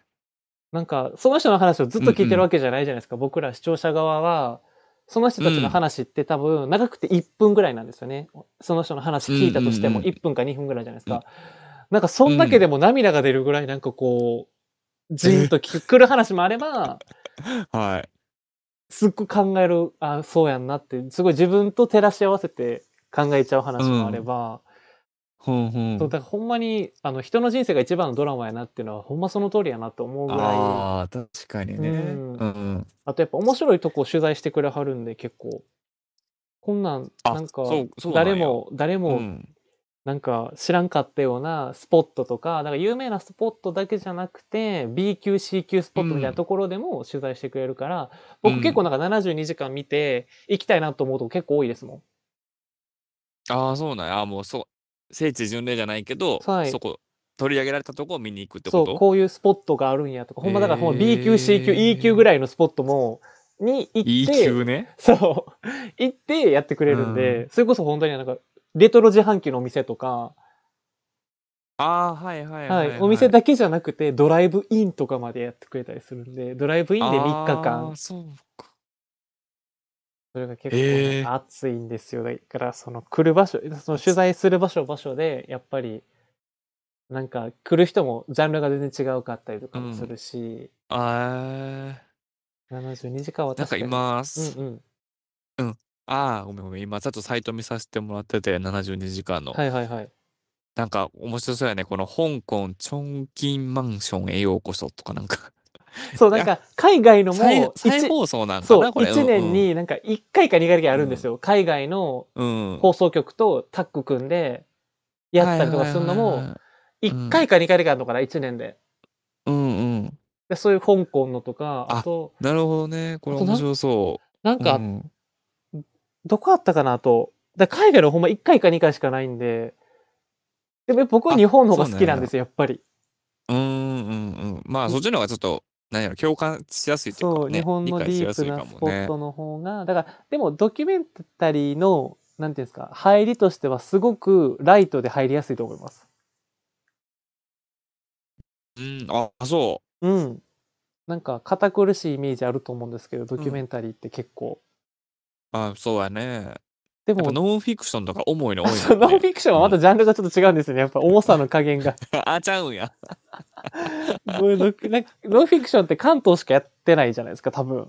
Speaker 1: なんかその人の話をずっと聞いてるわけじゃないじゃないですか、僕ら視聴者側は。その人たちの話って多分長くて1分ぐらいなんですよね。その人の話聞いたとしても
Speaker 2: うんうんうん
Speaker 1: 1分か2分ぐらいじゃないですか。なんかそんだけでも涙が出るぐらいなんかこう、じーんときくる話もあれば、
Speaker 2: はい。
Speaker 1: すっごい考える、あそうやんなって、すごい自分と照らし合わせて考えちゃう話もあれば、
Speaker 2: ほんほん
Speaker 1: そうだからほんまにあの人の人生が一番のドラマやなっていうのはほんまその通りやなと思うぐらい、あ
Speaker 2: ああ、確かにね。
Speaker 1: う
Speaker 2: うんんうん。
Speaker 1: とやっぱ面白いとこを取材してくれはるんで結構、こんなん、
Speaker 2: あ
Speaker 1: なんか
Speaker 2: そうそうなんや
Speaker 1: 誰も、誰
Speaker 2: う
Speaker 1: も
Speaker 2: ん。
Speaker 1: なんか知らんかったようなスポットとか、だから有名なスポットだけじゃなくて、B 級、C 級スポットみたいなところでも取材してくれるから、
Speaker 2: う
Speaker 1: 僕
Speaker 2: ん
Speaker 1: 結構なんか72時間見て、行きたいなと思うとこ結構多いですもん。
Speaker 2: ああ、そうなんや。あーもうそう、聖地巡礼じゃないけど、
Speaker 1: はい
Speaker 2: そこ、取り上げられたとこを見に行くって
Speaker 1: そ
Speaker 2: こ
Speaker 1: う、
Speaker 2: と
Speaker 1: こういうスポットがあるんやとか、ほんまだからほんま B 級、C 級、
Speaker 2: へー
Speaker 1: E 級ぐらいのスポットも、に行
Speaker 2: ?E
Speaker 1: って、
Speaker 2: 級ね。
Speaker 1: そう、 *laughs* 行ってやってくれるんで、それこそ本当になんか、レトロ自販機のお店とか、
Speaker 2: ああ、はいはい
Speaker 1: はいお店だけじゃなくてドライブインとかまでやってくれたりするんでドライブインで3日
Speaker 2: あ
Speaker 1: 間
Speaker 2: ーそうか。
Speaker 1: それが結構
Speaker 2: へ
Speaker 1: ね
Speaker 2: ー
Speaker 1: 暑いんですよだからその来る場所その取材する場所場所でやっぱりなんか来る人もジャンルが全然違うかったりとかもするし、
Speaker 2: あ
Speaker 1: 72時間は
Speaker 2: ーなん
Speaker 1: 確
Speaker 2: か
Speaker 1: かに
Speaker 2: 今、
Speaker 1: うんうん
Speaker 2: ああ、ごめんごめん。今、ちょっとサイト見させてもらってて、72時間の。
Speaker 1: はいはいはい
Speaker 2: なんか、面白そうやね。この、香港、チョンキンマンションへようこそとか、なんか
Speaker 1: そうなんか海外のも
Speaker 2: 再、再
Speaker 1: 一
Speaker 2: 放送なんか
Speaker 1: そう
Speaker 2: な、これ。
Speaker 1: 1年になんか1回か2回だけあるんですよ、海外の
Speaker 2: うん、うん。
Speaker 1: 放送局とタッグ組んでやったりとかするの
Speaker 2: はいはいはい
Speaker 1: も
Speaker 2: はい
Speaker 1: 1回か2回だけあるのかな1年で
Speaker 2: うんうん。
Speaker 1: でそういう香港のとか
Speaker 2: あ
Speaker 1: あと
Speaker 2: なるほどね。これ
Speaker 1: あとな
Speaker 2: 面白そ
Speaker 1: なん
Speaker 2: う。
Speaker 1: か
Speaker 2: うん
Speaker 1: どこあったかなあとだ海外のほんま1回か2回しかないんででもやっぱ僕は日本の方が好きなんですよやっぱり
Speaker 2: うんうんうん。まあ、そっちの方がちょっと、なんやろ、共感しやすいっていうか
Speaker 1: そう
Speaker 2: ね
Speaker 1: 日本のデ
Speaker 2: 理
Speaker 1: ィ
Speaker 2: 解し
Speaker 1: ー
Speaker 2: や
Speaker 1: プ
Speaker 2: すい
Speaker 1: な
Speaker 2: か
Speaker 1: ス
Speaker 2: も
Speaker 1: ポッ
Speaker 2: ね。
Speaker 1: トの方がだからでもドキュメンタリーのなんていうんですか入りとしてはすごくライトで入りやすいと思います
Speaker 2: うん、あ、あそ
Speaker 1: うん。なんか堅苦しいイメージあると思うんですけど、ドキュメンタリーって結構。
Speaker 2: う。あ、そうやね。
Speaker 1: で
Speaker 2: やっぱ
Speaker 1: も、
Speaker 2: ノンフィクションとか重いの多いもん
Speaker 1: *laughs* そうノンフ
Speaker 2: ね。
Speaker 1: ィクションはまたジャンルがちょっと違うんですよね。やっぱ重さの加減が。 *laughs*
Speaker 2: *laughs* あ、ちゃうんや。
Speaker 1: こういうドキュなんかノンフィクションって関東しかやってないじゃないですか、多分。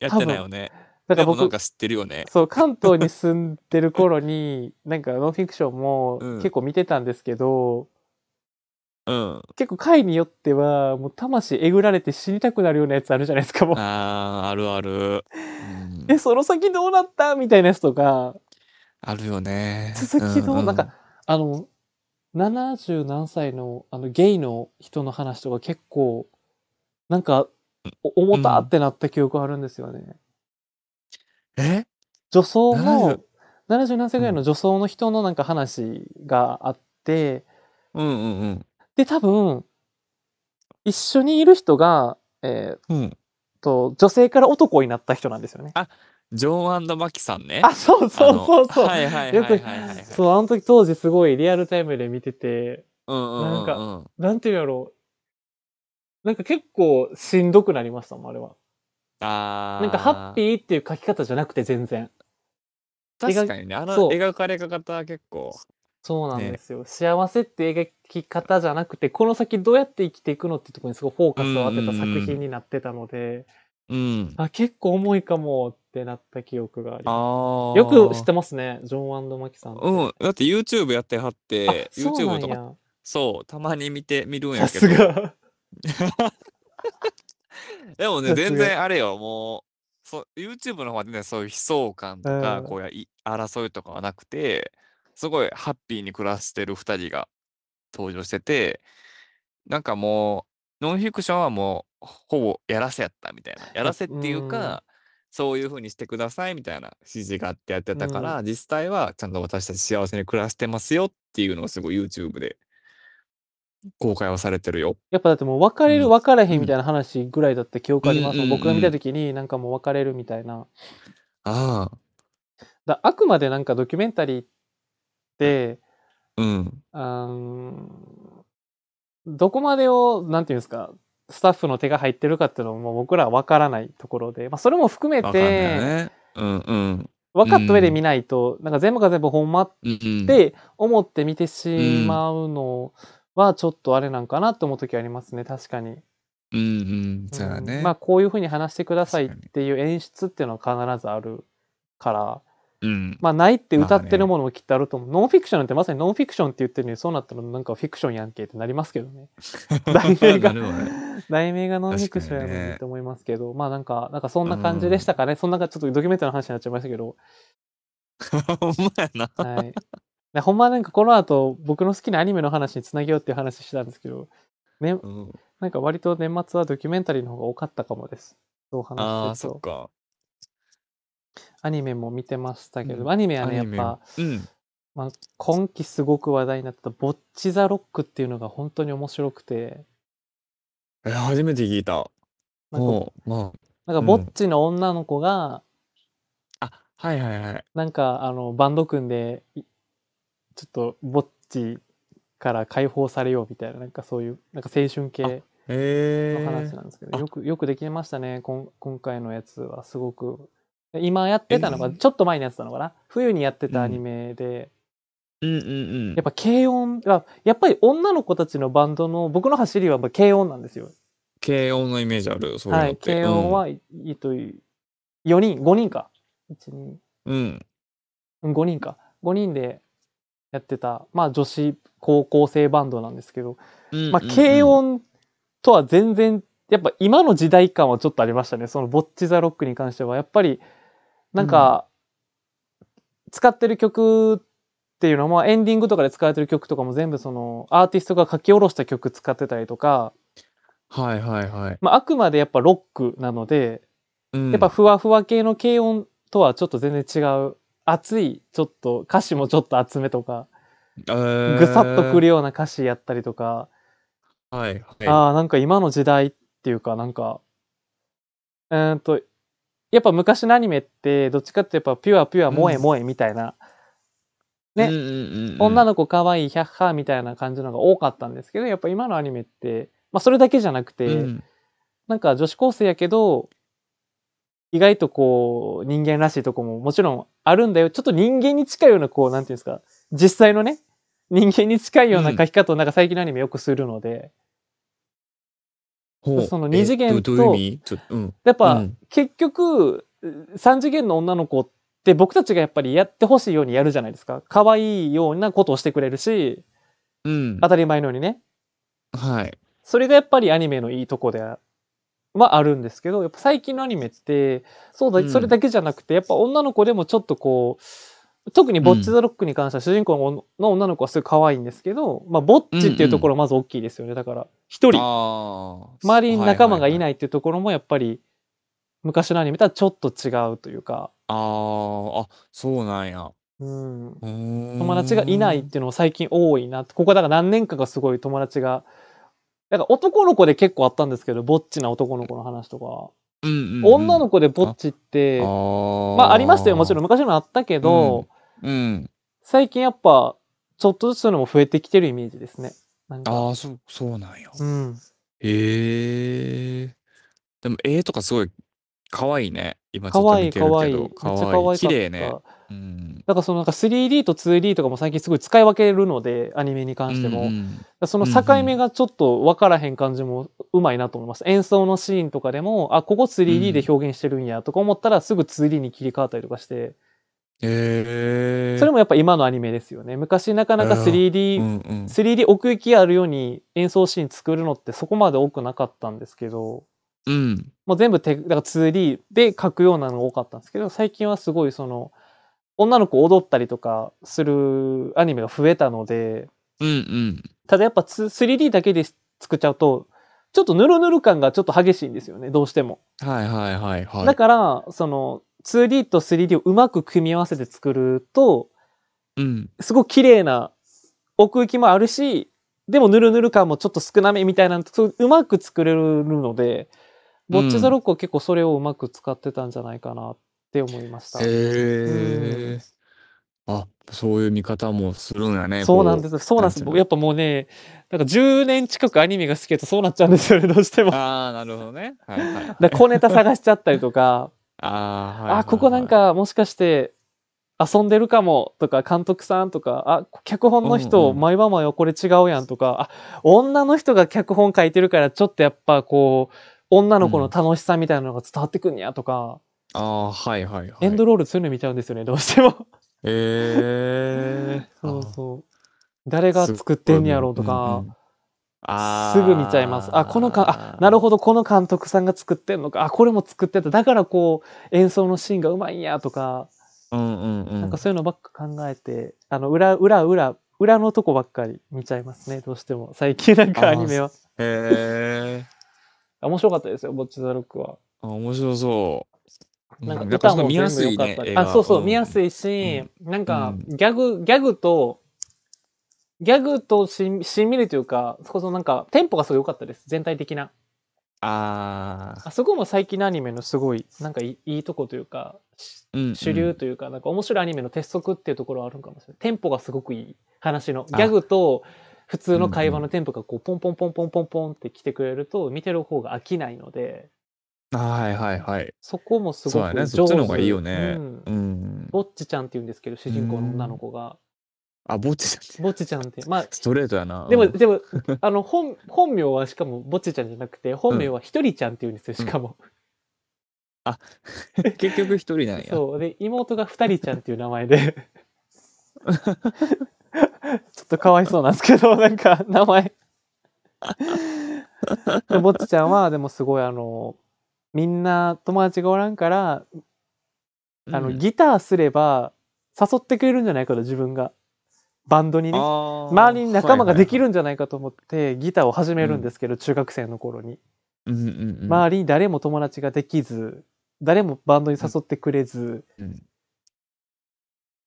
Speaker 2: やってないよね。
Speaker 1: だか
Speaker 2: で
Speaker 1: ら
Speaker 2: もなん
Speaker 1: 僕、
Speaker 2: か知ってるよね。
Speaker 1: そう、関東に住んでる頃に、 *laughs* なんかノンフィクションも
Speaker 2: うん
Speaker 1: 結構見てたんですけど、 *laughs*
Speaker 2: うん。
Speaker 1: 結構回によっては、もう魂えぐられて死にたくなるようなやつあるじゃないですか、もう。
Speaker 2: あー、あるある。うん
Speaker 1: え、その先どうなったみたいなやつとか、
Speaker 2: あるよね。
Speaker 1: 続きの、
Speaker 2: うう
Speaker 1: なんか、あの、70何歳の、あの、ゲイの人の話とか結構、なんか、お重たってなった記憶あるんですよね。
Speaker 2: え
Speaker 1: 女装の
Speaker 2: 70、
Speaker 1: 70何歳ぐらいの女装の人のなんか話があって、
Speaker 2: うんうんうん。
Speaker 1: で、多分、一緒にいる人が、えーっ
Speaker 2: うん。
Speaker 1: と、女性から男になった人なんですよね。
Speaker 2: あジョンマキさんね。
Speaker 1: あ、そうそうそうそう。
Speaker 2: あのはいはい
Speaker 1: よ
Speaker 2: は
Speaker 1: く
Speaker 2: いはいはいはい。
Speaker 1: そう、あの時当時すごいリアルタイムで見てて、
Speaker 2: うんうんうんうん。
Speaker 1: なんかなんていうんやろう。なんか結構しんどくなりましたもん、あれは。
Speaker 2: あー
Speaker 1: なんかハッピーっていう書き方じゃなくて全然。ー
Speaker 2: 確かにね、あの
Speaker 1: そう
Speaker 2: 描かれ方は結構。
Speaker 1: そうなん
Speaker 2: ね
Speaker 1: ですよ。幸せって描き方じゃなくて、この先どうやって生きていくのってところにすごいフォーカスを当てた作品になってたので、
Speaker 2: うん。
Speaker 1: あ、結構重いかもってなった記憶がありま
Speaker 2: あ
Speaker 1: す。
Speaker 2: あ。
Speaker 1: よく知ってますね、ジョンマキさんって。
Speaker 2: うん。だって YouTube やってはっ
Speaker 1: あ
Speaker 2: て、
Speaker 1: そうな
Speaker 2: YouTube
Speaker 1: ん
Speaker 2: とか、
Speaker 1: や。
Speaker 2: そう、たまに見て、見るん
Speaker 1: さ
Speaker 2: やけ
Speaker 1: す
Speaker 2: ど。
Speaker 1: が。 *laughs*
Speaker 2: でもね、
Speaker 1: さすが
Speaker 2: 全然あれよ、もう、そう、YouTube の方はね、そういう悲壮感と
Speaker 1: う
Speaker 2: か、
Speaker 1: ん
Speaker 2: こうや、い争いとかはなくて、すごいハッピーに暮らしてる二人が登場してて、なんかもう、ノンフィクションはもう、ほぼやらせやったみたいな。やらせっていう
Speaker 1: うん
Speaker 2: か、そういうふうにしてくださいみたいな指示があってやってたから、実際はちゃんと私たち幸せに暮らしてますよっていうのがすごい YouTube で公開はされてるよ。
Speaker 1: やっぱだってもう別れ
Speaker 2: う
Speaker 1: る
Speaker 2: ん
Speaker 1: 別れへんみたいな話ぐらいだった記憶ありますもん。
Speaker 2: うんうんうん
Speaker 1: 僕が見た時になんかもう別れるみたいな。
Speaker 2: ああ、
Speaker 1: だあくまでなんかドキュメンタリーって、
Speaker 2: うん。
Speaker 1: あーどこまでを、なんていうんですか、スタッフの手が入ってるかっていうのももう僕らは分からないところで、まあ、それも含め
Speaker 2: わかんないよ
Speaker 1: て、
Speaker 2: ね。うんうん。
Speaker 1: 分かった上で見ないと、なんか全部が全部ほんまっ
Speaker 2: うんうん、
Speaker 1: て思って見てしまうのはちょっとあれなんかなって思う時ありますね、確かに。
Speaker 2: うんうん、そう
Speaker 1: う
Speaker 2: や
Speaker 1: ん
Speaker 2: ね。
Speaker 1: まあこういうふうに話してくださいっ
Speaker 2: 確かに
Speaker 1: ていう演出っていうのは必ずあるから、
Speaker 2: うん、
Speaker 1: まあないって歌って
Speaker 2: まあね
Speaker 1: るものもきっとあると思う。ノンフィクションなんてまさにノンフィクションって言ってるのにそうなったらなんかフィクションやんけってなりますけどね。題名が
Speaker 2: なるわね、
Speaker 1: 題名がノンフィクションやの
Speaker 2: 確かに
Speaker 1: に
Speaker 2: ね
Speaker 1: って思いますけど、まあなんか、なんかそんな感じでしたかね。そんなちょっとドキュメンタリーの話になっちゃいましたけ
Speaker 2: *laughs*
Speaker 1: ど、
Speaker 2: ほんまやな。
Speaker 1: はい。でほんまはなんかこの後僕の好きなアニメの話につなげようっていう話してたんですけど、ね、
Speaker 2: うん、
Speaker 1: なんか割と年末はドキュメンタリーの方が多かったかもです。そう話してると。
Speaker 2: ああ、そっか。
Speaker 1: アニメも見てましたけど、
Speaker 2: うん
Speaker 1: アニメはね、
Speaker 2: ア
Speaker 1: や
Speaker 2: ニ
Speaker 1: っ
Speaker 2: メ
Speaker 1: ぱ、
Speaker 2: うん。
Speaker 1: まあ、今期すごく話題になった、ボッチザロックっていうのが本当に面白くて、
Speaker 2: え、初めて聞いた。
Speaker 1: なんか、
Speaker 2: おうま
Speaker 1: なんか
Speaker 2: うん
Speaker 1: ボッチの女の子が、
Speaker 2: あ、あ、はいはいはい。
Speaker 1: なんか、あの、バンド組んで、いちょっと、ボッチから解放されようみたいな、なんかそういう、なんか青春系の
Speaker 3: え
Speaker 1: 話なんですけど、
Speaker 3: あ
Speaker 1: よく、よくできましたね、こん今回のやつは、すごく。今やってたのが、
Speaker 3: えー
Speaker 1: ちょっと前にやってたのかな冬にやってたアニメで、
Speaker 3: えうんうんうん
Speaker 1: やっぱ軽音が、やっぱり女の子たちのバンドの、僕の走りはやっぱ軽音なんですよ。
Speaker 3: 軽音のイメージあるそういうの
Speaker 1: はい、
Speaker 3: って
Speaker 1: 軽音は、えっと、4人、5人か。1、2、
Speaker 3: うん、うん
Speaker 1: うん5人か5人でやってた、まあ、女子高校生バンドなんですけど、
Speaker 3: うん
Speaker 1: まあ、
Speaker 3: うん
Speaker 1: 軽音とは全然やっぱ今の時代感はちょっとありましたねその「ボッチ・ザ・ロック」に関してはやっぱりなんか、使ってる曲っていうのもエンディングとかで使われてる曲とかも全部そのアーティストが書き下ろした曲使ってたりとか、
Speaker 3: はいはいはい、
Speaker 1: まあ、あくまでやっぱロックなので、
Speaker 3: うん、
Speaker 1: やっぱふわふわ系の軽音とはちょっと全然違う熱いちょっと歌詞もちょっと厚めとかぐ
Speaker 3: ぐ
Speaker 1: さっとくる
Speaker 3: よ、
Speaker 1: ような歌詞やったりとか、
Speaker 3: はいはい、
Speaker 1: ああなんか今の時代っていうかなんかうーんとやっぱ昔のアニメってどっちかってやっぱピュアピュア萌え萌えみたいな、ね
Speaker 3: うんうんうんうん、
Speaker 1: 女
Speaker 3: の
Speaker 1: の子可愛いヒャッハーみたいな感じのが多かったんですけどやっぱ今のアニメって、まあ、それだけじゃなくて、
Speaker 3: うん
Speaker 1: なんか女子高生やけど、意外とこう、人間らしいとこももちろんあるんだよ。ちょっと人間に近いような、こう、なんていうんですか、実際のね、人間に近いような書き方をなんか最近のアニメよくするので、
Speaker 3: ほう
Speaker 1: その二次元
Speaker 3: えどどういう意味ちょっとうん
Speaker 1: やっぱ、
Speaker 3: うん
Speaker 1: 結局、三次元の女の子って僕たちがやっぱりやってほしいようにやるじゃないですか。可愛いようなことをしてくれるし、
Speaker 3: うん
Speaker 1: 当たり前のようにね。
Speaker 3: はい
Speaker 1: それがやっぱりアニメのいいとこではあるんですけどやっぱ最近のアニメってそうだ、
Speaker 3: うん
Speaker 1: それだけじゃなくてやっぱ女の子でもちょっとこう特に「ボッチ・ザ・ロック」に関しては主人公の女の女の子はすごい可愛いんですけど、まあ、ボッチっていうところまず大きいですよね、だから一人
Speaker 3: あー、
Speaker 1: 周りに仲間がいないいっていうところもやっぱり昔のアニメとはちょっと違うというか、
Speaker 3: あーあそうなんや
Speaker 1: うん、友
Speaker 3: 友
Speaker 1: 達がいないっていうのも最近多いなってここだから何年かがすごい友達が。なんか男の子で結構あったんですけど、ぼっちな男の子の話とか。女の子でぼっちって、
Speaker 3: 子
Speaker 1: まあありましたよ、もちろん
Speaker 3: ん
Speaker 1: 昔もあったけど、
Speaker 3: うんうん
Speaker 1: 最近やっぱ、ちょっとずつそういうのも増えてきてるイメージですね。なんか。
Speaker 3: ああそうそうなんや
Speaker 1: うん。
Speaker 3: へえでも絵とかすごい可愛いね今ち
Speaker 1: か
Speaker 3: ょっ
Speaker 1: わ
Speaker 3: と
Speaker 1: い
Speaker 3: 見
Speaker 1: い、
Speaker 3: て
Speaker 1: か
Speaker 3: る
Speaker 1: わ
Speaker 3: け
Speaker 1: いい。め
Speaker 3: ど
Speaker 1: っちゃかわい
Speaker 3: 綺
Speaker 1: か
Speaker 3: 麗
Speaker 1: っ
Speaker 3: ね
Speaker 1: た。
Speaker 3: うん
Speaker 1: なんかそのなんか 3D と 2D とかも最近すごい使い分けるので、アニメに関しても。
Speaker 3: うんう
Speaker 1: だか
Speaker 3: ん
Speaker 1: らその境目がちょっと分からへん感じもうまいなと思います。演奏のシーンとかでも、あ、ここ 3D で表現してるんやとか思ったらすぐ 2D に切り替わったりとかして、
Speaker 3: へえ
Speaker 1: それもやっぱ今のアニメですよね。昔なかなか
Speaker 3: う
Speaker 1: 3D
Speaker 3: んうん
Speaker 1: 3D 奥行きあるように演奏シーン作るのってそこまで多くなかったんですけど、
Speaker 3: うん
Speaker 1: もう全部手だから 2D で描くようなのが多かったんですけど最近はすごいその女の子踊ったりとかするアニメが増えたので
Speaker 3: うんうん
Speaker 1: ただやっぱ 2- 3D だけで作っちゃうとちょっとヌルヌル感がちょっと激しいんですよねどうしても。
Speaker 3: はいはいはいはい
Speaker 1: だからその 2D と 3D をうまく組み合わせて作ると
Speaker 3: うん
Speaker 1: すごく綺麗な奥行きもあるし、でもぬるぬる感もちょっと少なめみたいな、そううまく作れるので、ボッチザロックは結構それをうまく使ってたんじゃないかなって思いました。
Speaker 3: へえあそういう見方もするんやね
Speaker 1: そうなんですす。そうなん
Speaker 3: なんち
Speaker 1: で
Speaker 3: ゅう
Speaker 1: す。
Speaker 3: の
Speaker 1: 僕やっぱもうね、なんか10年近くアニメが好きだとそうなっちゃうんですよね、どうしても。だか
Speaker 3: ああなるほどねはいはい
Speaker 1: *laughs*
Speaker 3: はい
Speaker 1: ら小ネタ探しちゃったりとか、
Speaker 3: あーはいはいはい
Speaker 1: あ、ここなんかもしかして遊んでるかもとか、監督さんとか、あ、脚本の
Speaker 3: うん
Speaker 1: 人、
Speaker 3: うん
Speaker 1: 毎晩毎晩これ違うやんとか、あ、女の人が脚本書いてるから、ちょっとやっぱこう、女の子の楽しさみたいなのが伝わってくんやとか、
Speaker 3: ああはいはいはい
Speaker 1: エンドロールそういうの見ちゃうんですよね、どうしても。
Speaker 3: ええ
Speaker 1: *laughs* そうそう。誰が作ってんやろうとか、
Speaker 3: あ
Speaker 1: すぐ見ちゃいます。あ、このか、あ、なる
Speaker 3: ど。
Speaker 1: ほど、この監督さんが作ってんのか、あ、これも作ってた。だからこう、演奏のシーンがうまいんやとか、
Speaker 3: うんうんうん。
Speaker 1: なんかそういうのばっか考えて、あの、裏、裏、裏、裏のとこばっかり見ちゃいますね、どうしても。最近なんか
Speaker 3: あー
Speaker 1: アニメは。
Speaker 3: へえ。
Speaker 1: 面白かったですよ、ボッチザロックは。
Speaker 3: あ、面白そう。
Speaker 1: なんか
Speaker 3: う
Speaker 1: 歌も
Speaker 3: 見や
Speaker 1: 全
Speaker 3: す
Speaker 1: 部
Speaker 3: い
Speaker 1: 良かっ
Speaker 3: ね
Speaker 1: たり。
Speaker 3: 絵
Speaker 1: あ、
Speaker 3: が
Speaker 1: そうそう、見やす
Speaker 3: い。
Speaker 1: いし、なんか
Speaker 3: うん
Speaker 1: ギャグ、ギャグと、ギャグとしんしんみりというか、そこそなんかテンポがすごい良かったです、全体的な。
Speaker 3: ああ。
Speaker 1: あそこも最近のアニメのすごい、なんかいいいいとこというか、し
Speaker 3: うんうん
Speaker 1: 主流というか、なんか面白いアニメの鉄則っていうところはあるんかもしれない。テンポがすごくいい話の。ギャグと、普通の会話のテンポがこうポンポンポンポンポンポンって来てくれると見てる方が飽きないので
Speaker 2: あはいはいはい。
Speaker 1: そこもす
Speaker 2: そう
Speaker 1: ご
Speaker 2: だ
Speaker 1: く
Speaker 2: ね
Speaker 1: 上手
Speaker 2: そっちの方がいいよね
Speaker 1: うん
Speaker 2: うん。
Speaker 1: ぼっちちゃんって言うんですけど主人公の女の子が
Speaker 2: あ、ぼっちだって。
Speaker 1: ぼっちちゃんってまあ
Speaker 2: ストレートやな。
Speaker 1: でも
Speaker 2: うん
Speaker 1: でもあの本 *laughs* 本名はしかもぼっちちゃんじゃなくて本名はひとりちゃんって言うんですよしかも、
Speaker 2: 結局一人なんや。
Speaker 1: そうで妹がふたりちゃんっていう名前
Speaker 2: *laughs*
Speaker 1: でちょっとかわいそうなんですけどなんか名前でぼっちちゃんはでもすごいあのみんな友達がおらんからあの、
Speaker 2: うん
Speaker 1: ギターすれば誘ってくれるんじゃないかと自分がバンドにね
Speaker 2: あー
Speaker 1: 周りに仲間ができ
Speaker 2: はい
Speaker 1: るんじゃないかと思ってギターを始めるんですけど、中学生の頃に、
Speaker 2: はいはいうんうんうん。
Speaker 1: 周りに誰も友達ができず誰もバンドに誘ってくれず、
Speaker 2: うん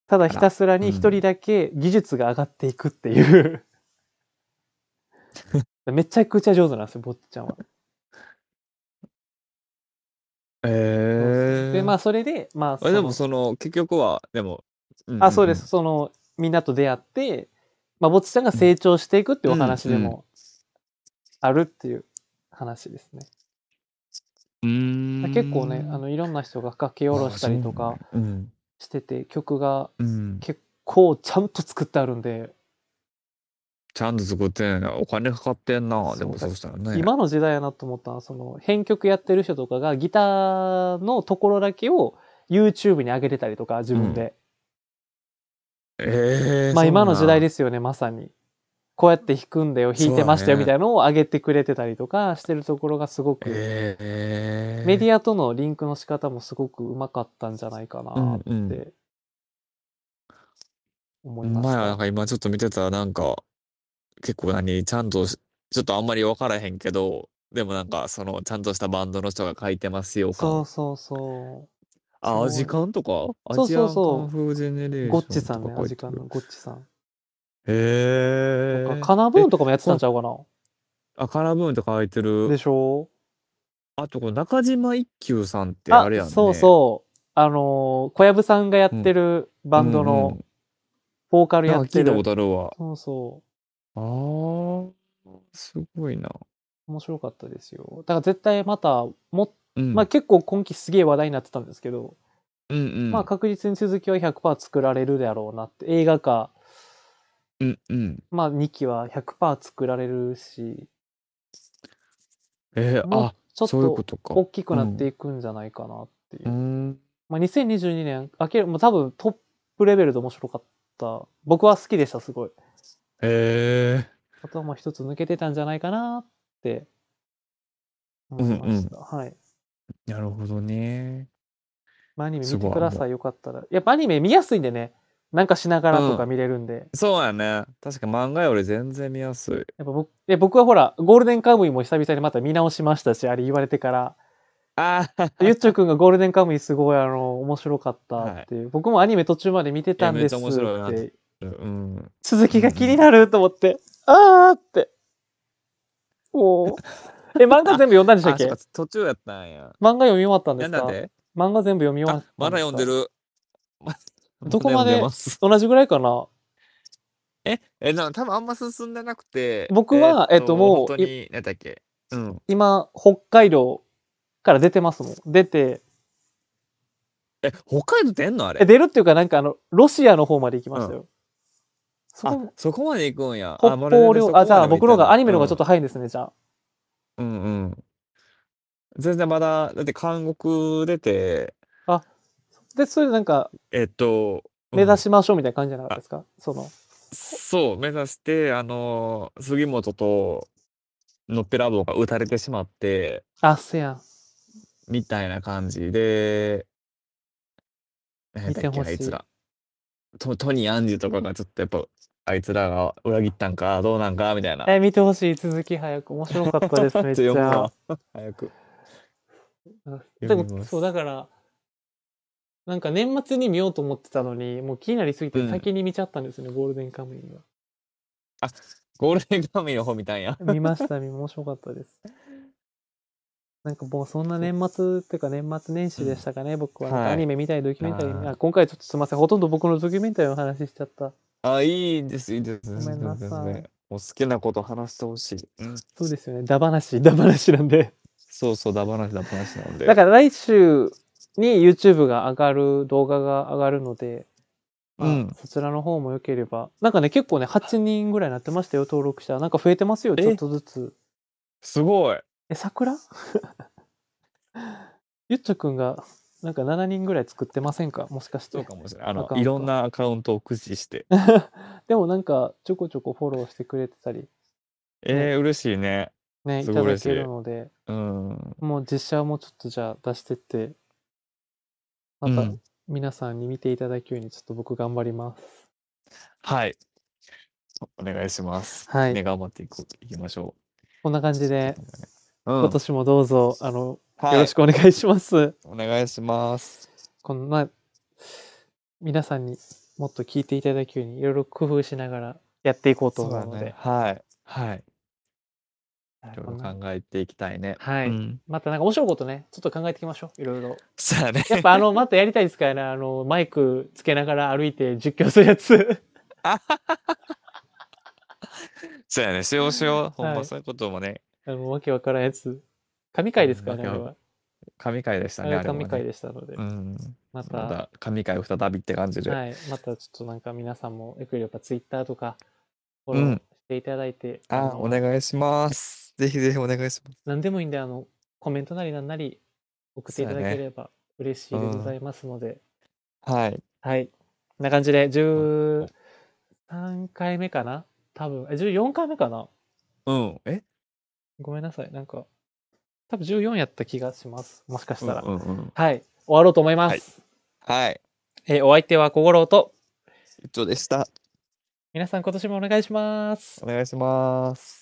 Speaker 1: ただひたすらに
Speaker 2: うん
Speaker 1: 一人だけ技術が上がっていくって
Speaker 2: *laughs*
Speaker 1: いう、めちゃくちゃ上手なんですよぼっちゃんは。
Speaker 2: ええ。
Speaker 1: でまあそれでまあ
Speaker 2: あれで
Speaker 1: の
Speaker 2: もその結局はでも、うんうんうん
Speaker 1: あそうですそのみんなと出会って、まあ、ぼっちゃんが成長していくっていうお話で
Speaker 2: うんう
Speaker 1: もあるっていう話ですね。
Speaker 2: うーん
Speaker 1: 結構ねあのいろんな人が書き下ろしたりとか
Speaker 2: あそうなんや
Speaker 1: してて曲が
Speaker 2: うんうん
Speaker 1: 結構ちゃんと作ってあるんで、
Speaker 2: ちゃんと作ってんなお金かかってんなでも
Speaker 1: そ
Speaker 2: そううしたらね
Speaker 1: 今の時代やなと思ったのはその編曲やってる人とかがギターのところだけを YouTube に上げてたりとか自分で、
Speaker 2: ええ
Speaker 1: まあ今の時代
Speaker 2: で
Speaker 1: ですよねまさにこうやって弾くんだよ弾いてましたよ
Speaker 2: そ
Speaker 1: み
Speaker 2: うだね
Speaker 1: たいなのを上げてくれてたりとかしてるところがすごく、
Speaker 2: ええ
Speaker 1: メデ
Speaker 2: ィ
Speaker 1: ィアとのリンクの仕方もすごくうまかったんじゃないかなっ
Speaker 2: うんうん
Speaker 1: て思いまし
Speaker 2: 前はな
Speaker 1: た
Speaker 2: ん。か今ちょっと見てたらなんか結構何ちゃんとしちょっとあんまり分からへんけどでもなんかそのちゃんとしたバンドの人が書いてますよか
Speaker 1: そうそうそう。
Speaker 2: あアジカンとか
Speaker 1: そ
Speaker 2: ア
Speaker 1: う
Speaker 2: ジ
Speaker 1: そう
Speaker 2: アンカ
Speaker 1: そう
Speaker 2: ンフージェネレーション
Speaker 1: ゴッチさんね、
Speaker 2: とか
Speaker 1: ア
Speaker 2: 書い
Speaker 1: ジ
Speaker 2: て
Speaker 1: カ
Speaker 2: る
Speaker 1: ンのゴッチさん。
Speaker 2: へ
Speaker 1: なん
Speaker 2: え
Speaker 1: かカナブーンとかもやってたんちゃうかな
Speaker 2: あカラブーンとか書いてる
Speaker 1: でしょ
Speaker 2: あとこれ中島一休さんって
Speaker 1: あ
Speaker 2: あれやんね。
Speaker 1: そうそう。あのー小籔さんがやってるバンド
Speaker 2: うんう
Speaker 1: の
Speaker 2: ん
Speaker 1: ボーカル
Speaker 2: な
Speaker 1: や
Speaker 2: ん
Speaker 1: っ
Speaker 2: か聞
Speaker 1: て
Speaker 2: いた
Speaker 1: る。
Speaker 2: ことあるわ。
Speaker 1: そうそ
Speaker 2: あーすごいな。
Speaker 1: う。面白かったですよ。だから絶対また、も、
Speaker 2: うん。
Speaker 1: まあ結構今期すげえ話題になってたんですけど、
Speaker 2: うんうん。
Speaker 1: まあ確実に続きは100%作られるだろうなって。映画化、
Speaker 2: うんうん。
Speaker 1: まあ2期は100%作られるし、
Speaker 2: えー
Speaker 1: もう
Speaker 2: あ、
Speaker 1: ちょっ
Speaker 2: そういうこととか。
Speaker 1: 大きくなっていくんじゃないかなっていう
Speaker 2: う。ん。
Speaker 1: まあ、2022年、あけもう多分トップレベルで面白かった。僕は好きでした、すごい。
Speaker 2: え
Speaker 1: あとはもう一つ抜けてたんじゃないかなって思いました。はい。
Speaker 2: ー、なるほどね。
Speaker 1: まあ、アニメ
Speaker 2: す
Speaker 1: 見
Speaker 2: ご
Speaker 1: て
Speaker 2: い
Speaker 1: ください、よかったら。やっぱアニメ見やすいんでね、なんかしながらとか
Speaker 2: うん
Speaker 1: 見れるんで。やっ
Speaker 2: そうやね。確か漫画より全然見やす
Speaker 1: ぱ
Speaker 2: い。
Speaker 1: 僕え僕はほら、ゴールデンカムイも久々にまた見直しましたし、あれ言われてから。
Speaker 2: あー
Speaker 1: ゆっちょくんがゴールデンカムイすごい、あの、面白かったっていう。僕もアニメ途中まで見てたんです
Speaker 2: いやめっちゃ面白いな
Speaker 1: って
Speaker 2: うん。
Speaker 1: 続きが気になると思って、あーって。おお。え、漫画全部読んだんでしたっ
Speaker 2: *laughs* あ、
Speaker 1: け
Speaker 2: そ
Speaker 1: 漫
Speaker 2: うか途中やったんや。
Speaker 1: 画読み終わったんで
Speaker 2: な
Speaker 1: す
Speaker 2: ん
Speaker 1: か
Speaker 2: なんで
Speaker 1: 漫画全部読み終わっ
Speaker 2: あ
Speaker 1: た、
Speaker 2: まだ読んで
Speaker 1: です
Speaker 2: る。ま
Speaker 1: *laughs* どこまで
Speaker 2: *laughs* だ読んます
Speaker 1: か。同じぐらいかな。
Speaker 2: え、え、なんか多分あんま進んでなくて。
Speaker 1: 僕はえっともう
Speaker 2: 本当に、何だっけ。うん。
Speaker 1: 今、北海道から出てますもん。出て、
Speaker 2: え、北海道出んのあ
Speaker 1: え
Speaker 2: れ。
Speaker 1: 出るっていうか、なんかあの、ロシアの方まで行きましたよ。そ
Speaker 2: あ
Speaker 1: こ、
Speaker 2: そこまで行くんや。
Speaker 1: 北
Speaker 2: あまるで
Speaker 1: 方
Speaker 2: ね
Speaker 1: 領
Speaker 2: そこ
Speaker 1: あ、
Speaker 2: ま
Speaker 1: じゃあ
Speaker 2: で見て
Speaker 1: 僕の方
Speaker 2: な
Speaker 1: が、
Speaker 2: い
Speaker 1: アニメの方がちょっと
Speaker 2: う
Speaker 1: 早いんですね、じゃあ。
Speaker 2: ん。うんうん。全然まだ、だって韓国出て、
Speaker 1: で、それでなんか、
Speaker 2: えっと、うん
Speaker 1: 目指しましょうみたいな感じじゃなかったですか、その、
Speaker 2: そう、目指して、あのー、杉本と、のっぺらぼうが撃たれてしまって、
Speaker 1: あ、せやん。
Speaker 2: みたいな感じで、何だっ
Speaker 1: 見て
Speaker 2: け、
Speaker 1: ほしい
Speaker 2: あいつら。トトニー・アンジュとかがちょっとやっぱ、あいつらが裏切ったんか、どうなんか、みたいな。
Speaker 1: え、見てほしい。続き早く。面白かったです、めっ
Speaker 2: *laughs* ち
Speaker 1: ち
Speaker 2: ょっと読む
Speaker 1: ゃ
Speaker 2: わ。早く。
Speaker 1: で
Speaker 2: 読み
Speaker 1: も
Speaker 2: ます
Speaker 1: そうだからなんか年末に見ようと思ってたのにもう気になりすぎ
Speaker 2: う
Speaker 1: て
Speaker 2: ん
Speaker 1: 先に見ちゃったんですよね、ゴールデンカムイは
Speaker 2: ゴールデンカムイの方みた *laughs* いや。
Speaker 1: 見ました見面白かったですなんかもうそんな年末っていうか年末年始でしたかね、僕はなんか
Speaker 2: はい
Speaker 1: アニメ見たりドキュメンタリー、
Speaker 2: あー
Speaker 1: あ今回ちょっとすいませんほとんど僕のドキュメンタリーの話しちゃった
Speaker 2: あ、いいです、いいです。
Speaker 1: ごめんなさい
Speaker 2: 全然全然もう好きなこと話してほしい。うん
Speaker 1: そうですよね。ダバなし、ダバなしなんで。
Speaker 2: そうそう、だ話だ話なんで。
Speaker 1: だから来週に YouTube が上がる、動画が上がるので、まあ
Speaker 2: うん
Speaker 1: そちらの方も良ければ。なんかね、結構ね、8人ぐらいなってましたよ、登録者。なんか増えてますよ、
Speaker 2: え
Speaker 1: ちょっとずつ。
Speaker 2: すごい。
Speaker 1: え、桜 *laughs* ゆっちょくんが、なんか7人ぐらい作ってませんかもしかして。
Speaker 2: そうかもしれない。あ
Speaker 1: ア
Speaker 2: の
Speaker 1: カウン、ト
Speaker 2: いろんなアカウントを駆
Speaker 1: *laughs*
Speaker 2: 使して。
Speaker 1: でもなんか、ちょこちょこフォローしてくれてたり、
Speaker 2: えー、嬉しいね。
Speaker 1: ね、い
Speaker 2: す
Speaker 1: た
Speaker 2: ごい
Speaker 1: だ
Speaker 2: 嬉しい
Speaker 1: けるので、
Speaker 2: うん。
Speaker 1: もう実写もちょっとじゃあ出してって、ま
Speaker 2: う
Speaker 1: た
Speaker 2: ん
Speaker 1: 皆さんに見ていただくように、ちょっと僕頑張ります。
Speaker 2: はい。お願いします。
Speaker 1: はい
Speaker 2: ね、頑張っていこういきましょ
Speaker 1: こんな感じで、
Speaker 2: う。うん。
Speaker 1: 今年もどうぞ、あの、
Speaker 2: はい、
Speaker 1: よろしくお願いします。
Speaker 2: お願いします。
Speaker 1: こんな、皆さんにもっと聞いていただくように、いろいろ工夫しながらやっていこうと
Speaker 2: そう
Speaker 1: 思うの
Speaker 2: だね
Speaker 1: で。。
Speaker 2: はい。はい。いろ
Speaker 1: こん
Speaker 2: い
Speaker 1: な
Speaker 2: ろ考えていきたいね。
Speaker 1: はい
Speaker 2: うん
Speaker 1: またなんか面白いことね、ちょっと考えていきましょう。いろいろ。
Speaker 2: そうだね。
Speaker 1: やっぱあの、またやりたいですからね、 *laughs* あの、マイクつけながら歩いて実況するやつ。 *laughs*
Speaker 2: そうやね。しようしよう。ほん
Speaker 1: は
Speaker 2: ま
Speaker 1: い
Speaker 2: そういうこともね。
Speaker 1: あの、わけわからんやつ。神回ですからね、
Speaker 2: う
Speaker 1: あ
Speaker 2: ん
Speaker 1: れ
Speaker 2: わ
Speaker 1: は。
Speaker 2: 神回でした
Speaker 1: あ
Speaker 2: ね。
Speaker 1: れ
Speaker 2: あ
Speaker 1: は
Speaker 2: れもね
Speaker 1: 神回でしたので
Speaker 2: う。ん。
Speaker 1: また、
Speaker 2: まだ神回再びって感じで。
Speaker 1: はい。またちょっとなんか皆さんも、よくやっぱツイッターとか、フォ
Speaker 2: う
Speaker 1: ロー
Speaker 2: ん
Speaker 1: していただいて。
Speaker 2: あ、
Speaker 1: の
Speaker 2: お願いします。ぜひぜひお願いします。
Speaker 1: 何でもいいんで、あの、コメントなりなんなり送っていただければ嬉しいでございますので、
Speaker 2: はい。
Speaker 1: はい。こんな感じで、13回目かな多分、え、14回目かな
Speaker 2: うん。え
Speaker 1: ごめんなさい。なんか、多分14やった気がします。もしかしたら。
Speaker 2: うんうんうん
Speaker 1: はい。終わろうと思います。
Speaker 2: はいはい。
Speaker 1: えーお相手は小五郎と、
Speaker 2: 以上でした。
Speaker 1: 皆さん今年もお願いします。
Speaker 2: お願いします。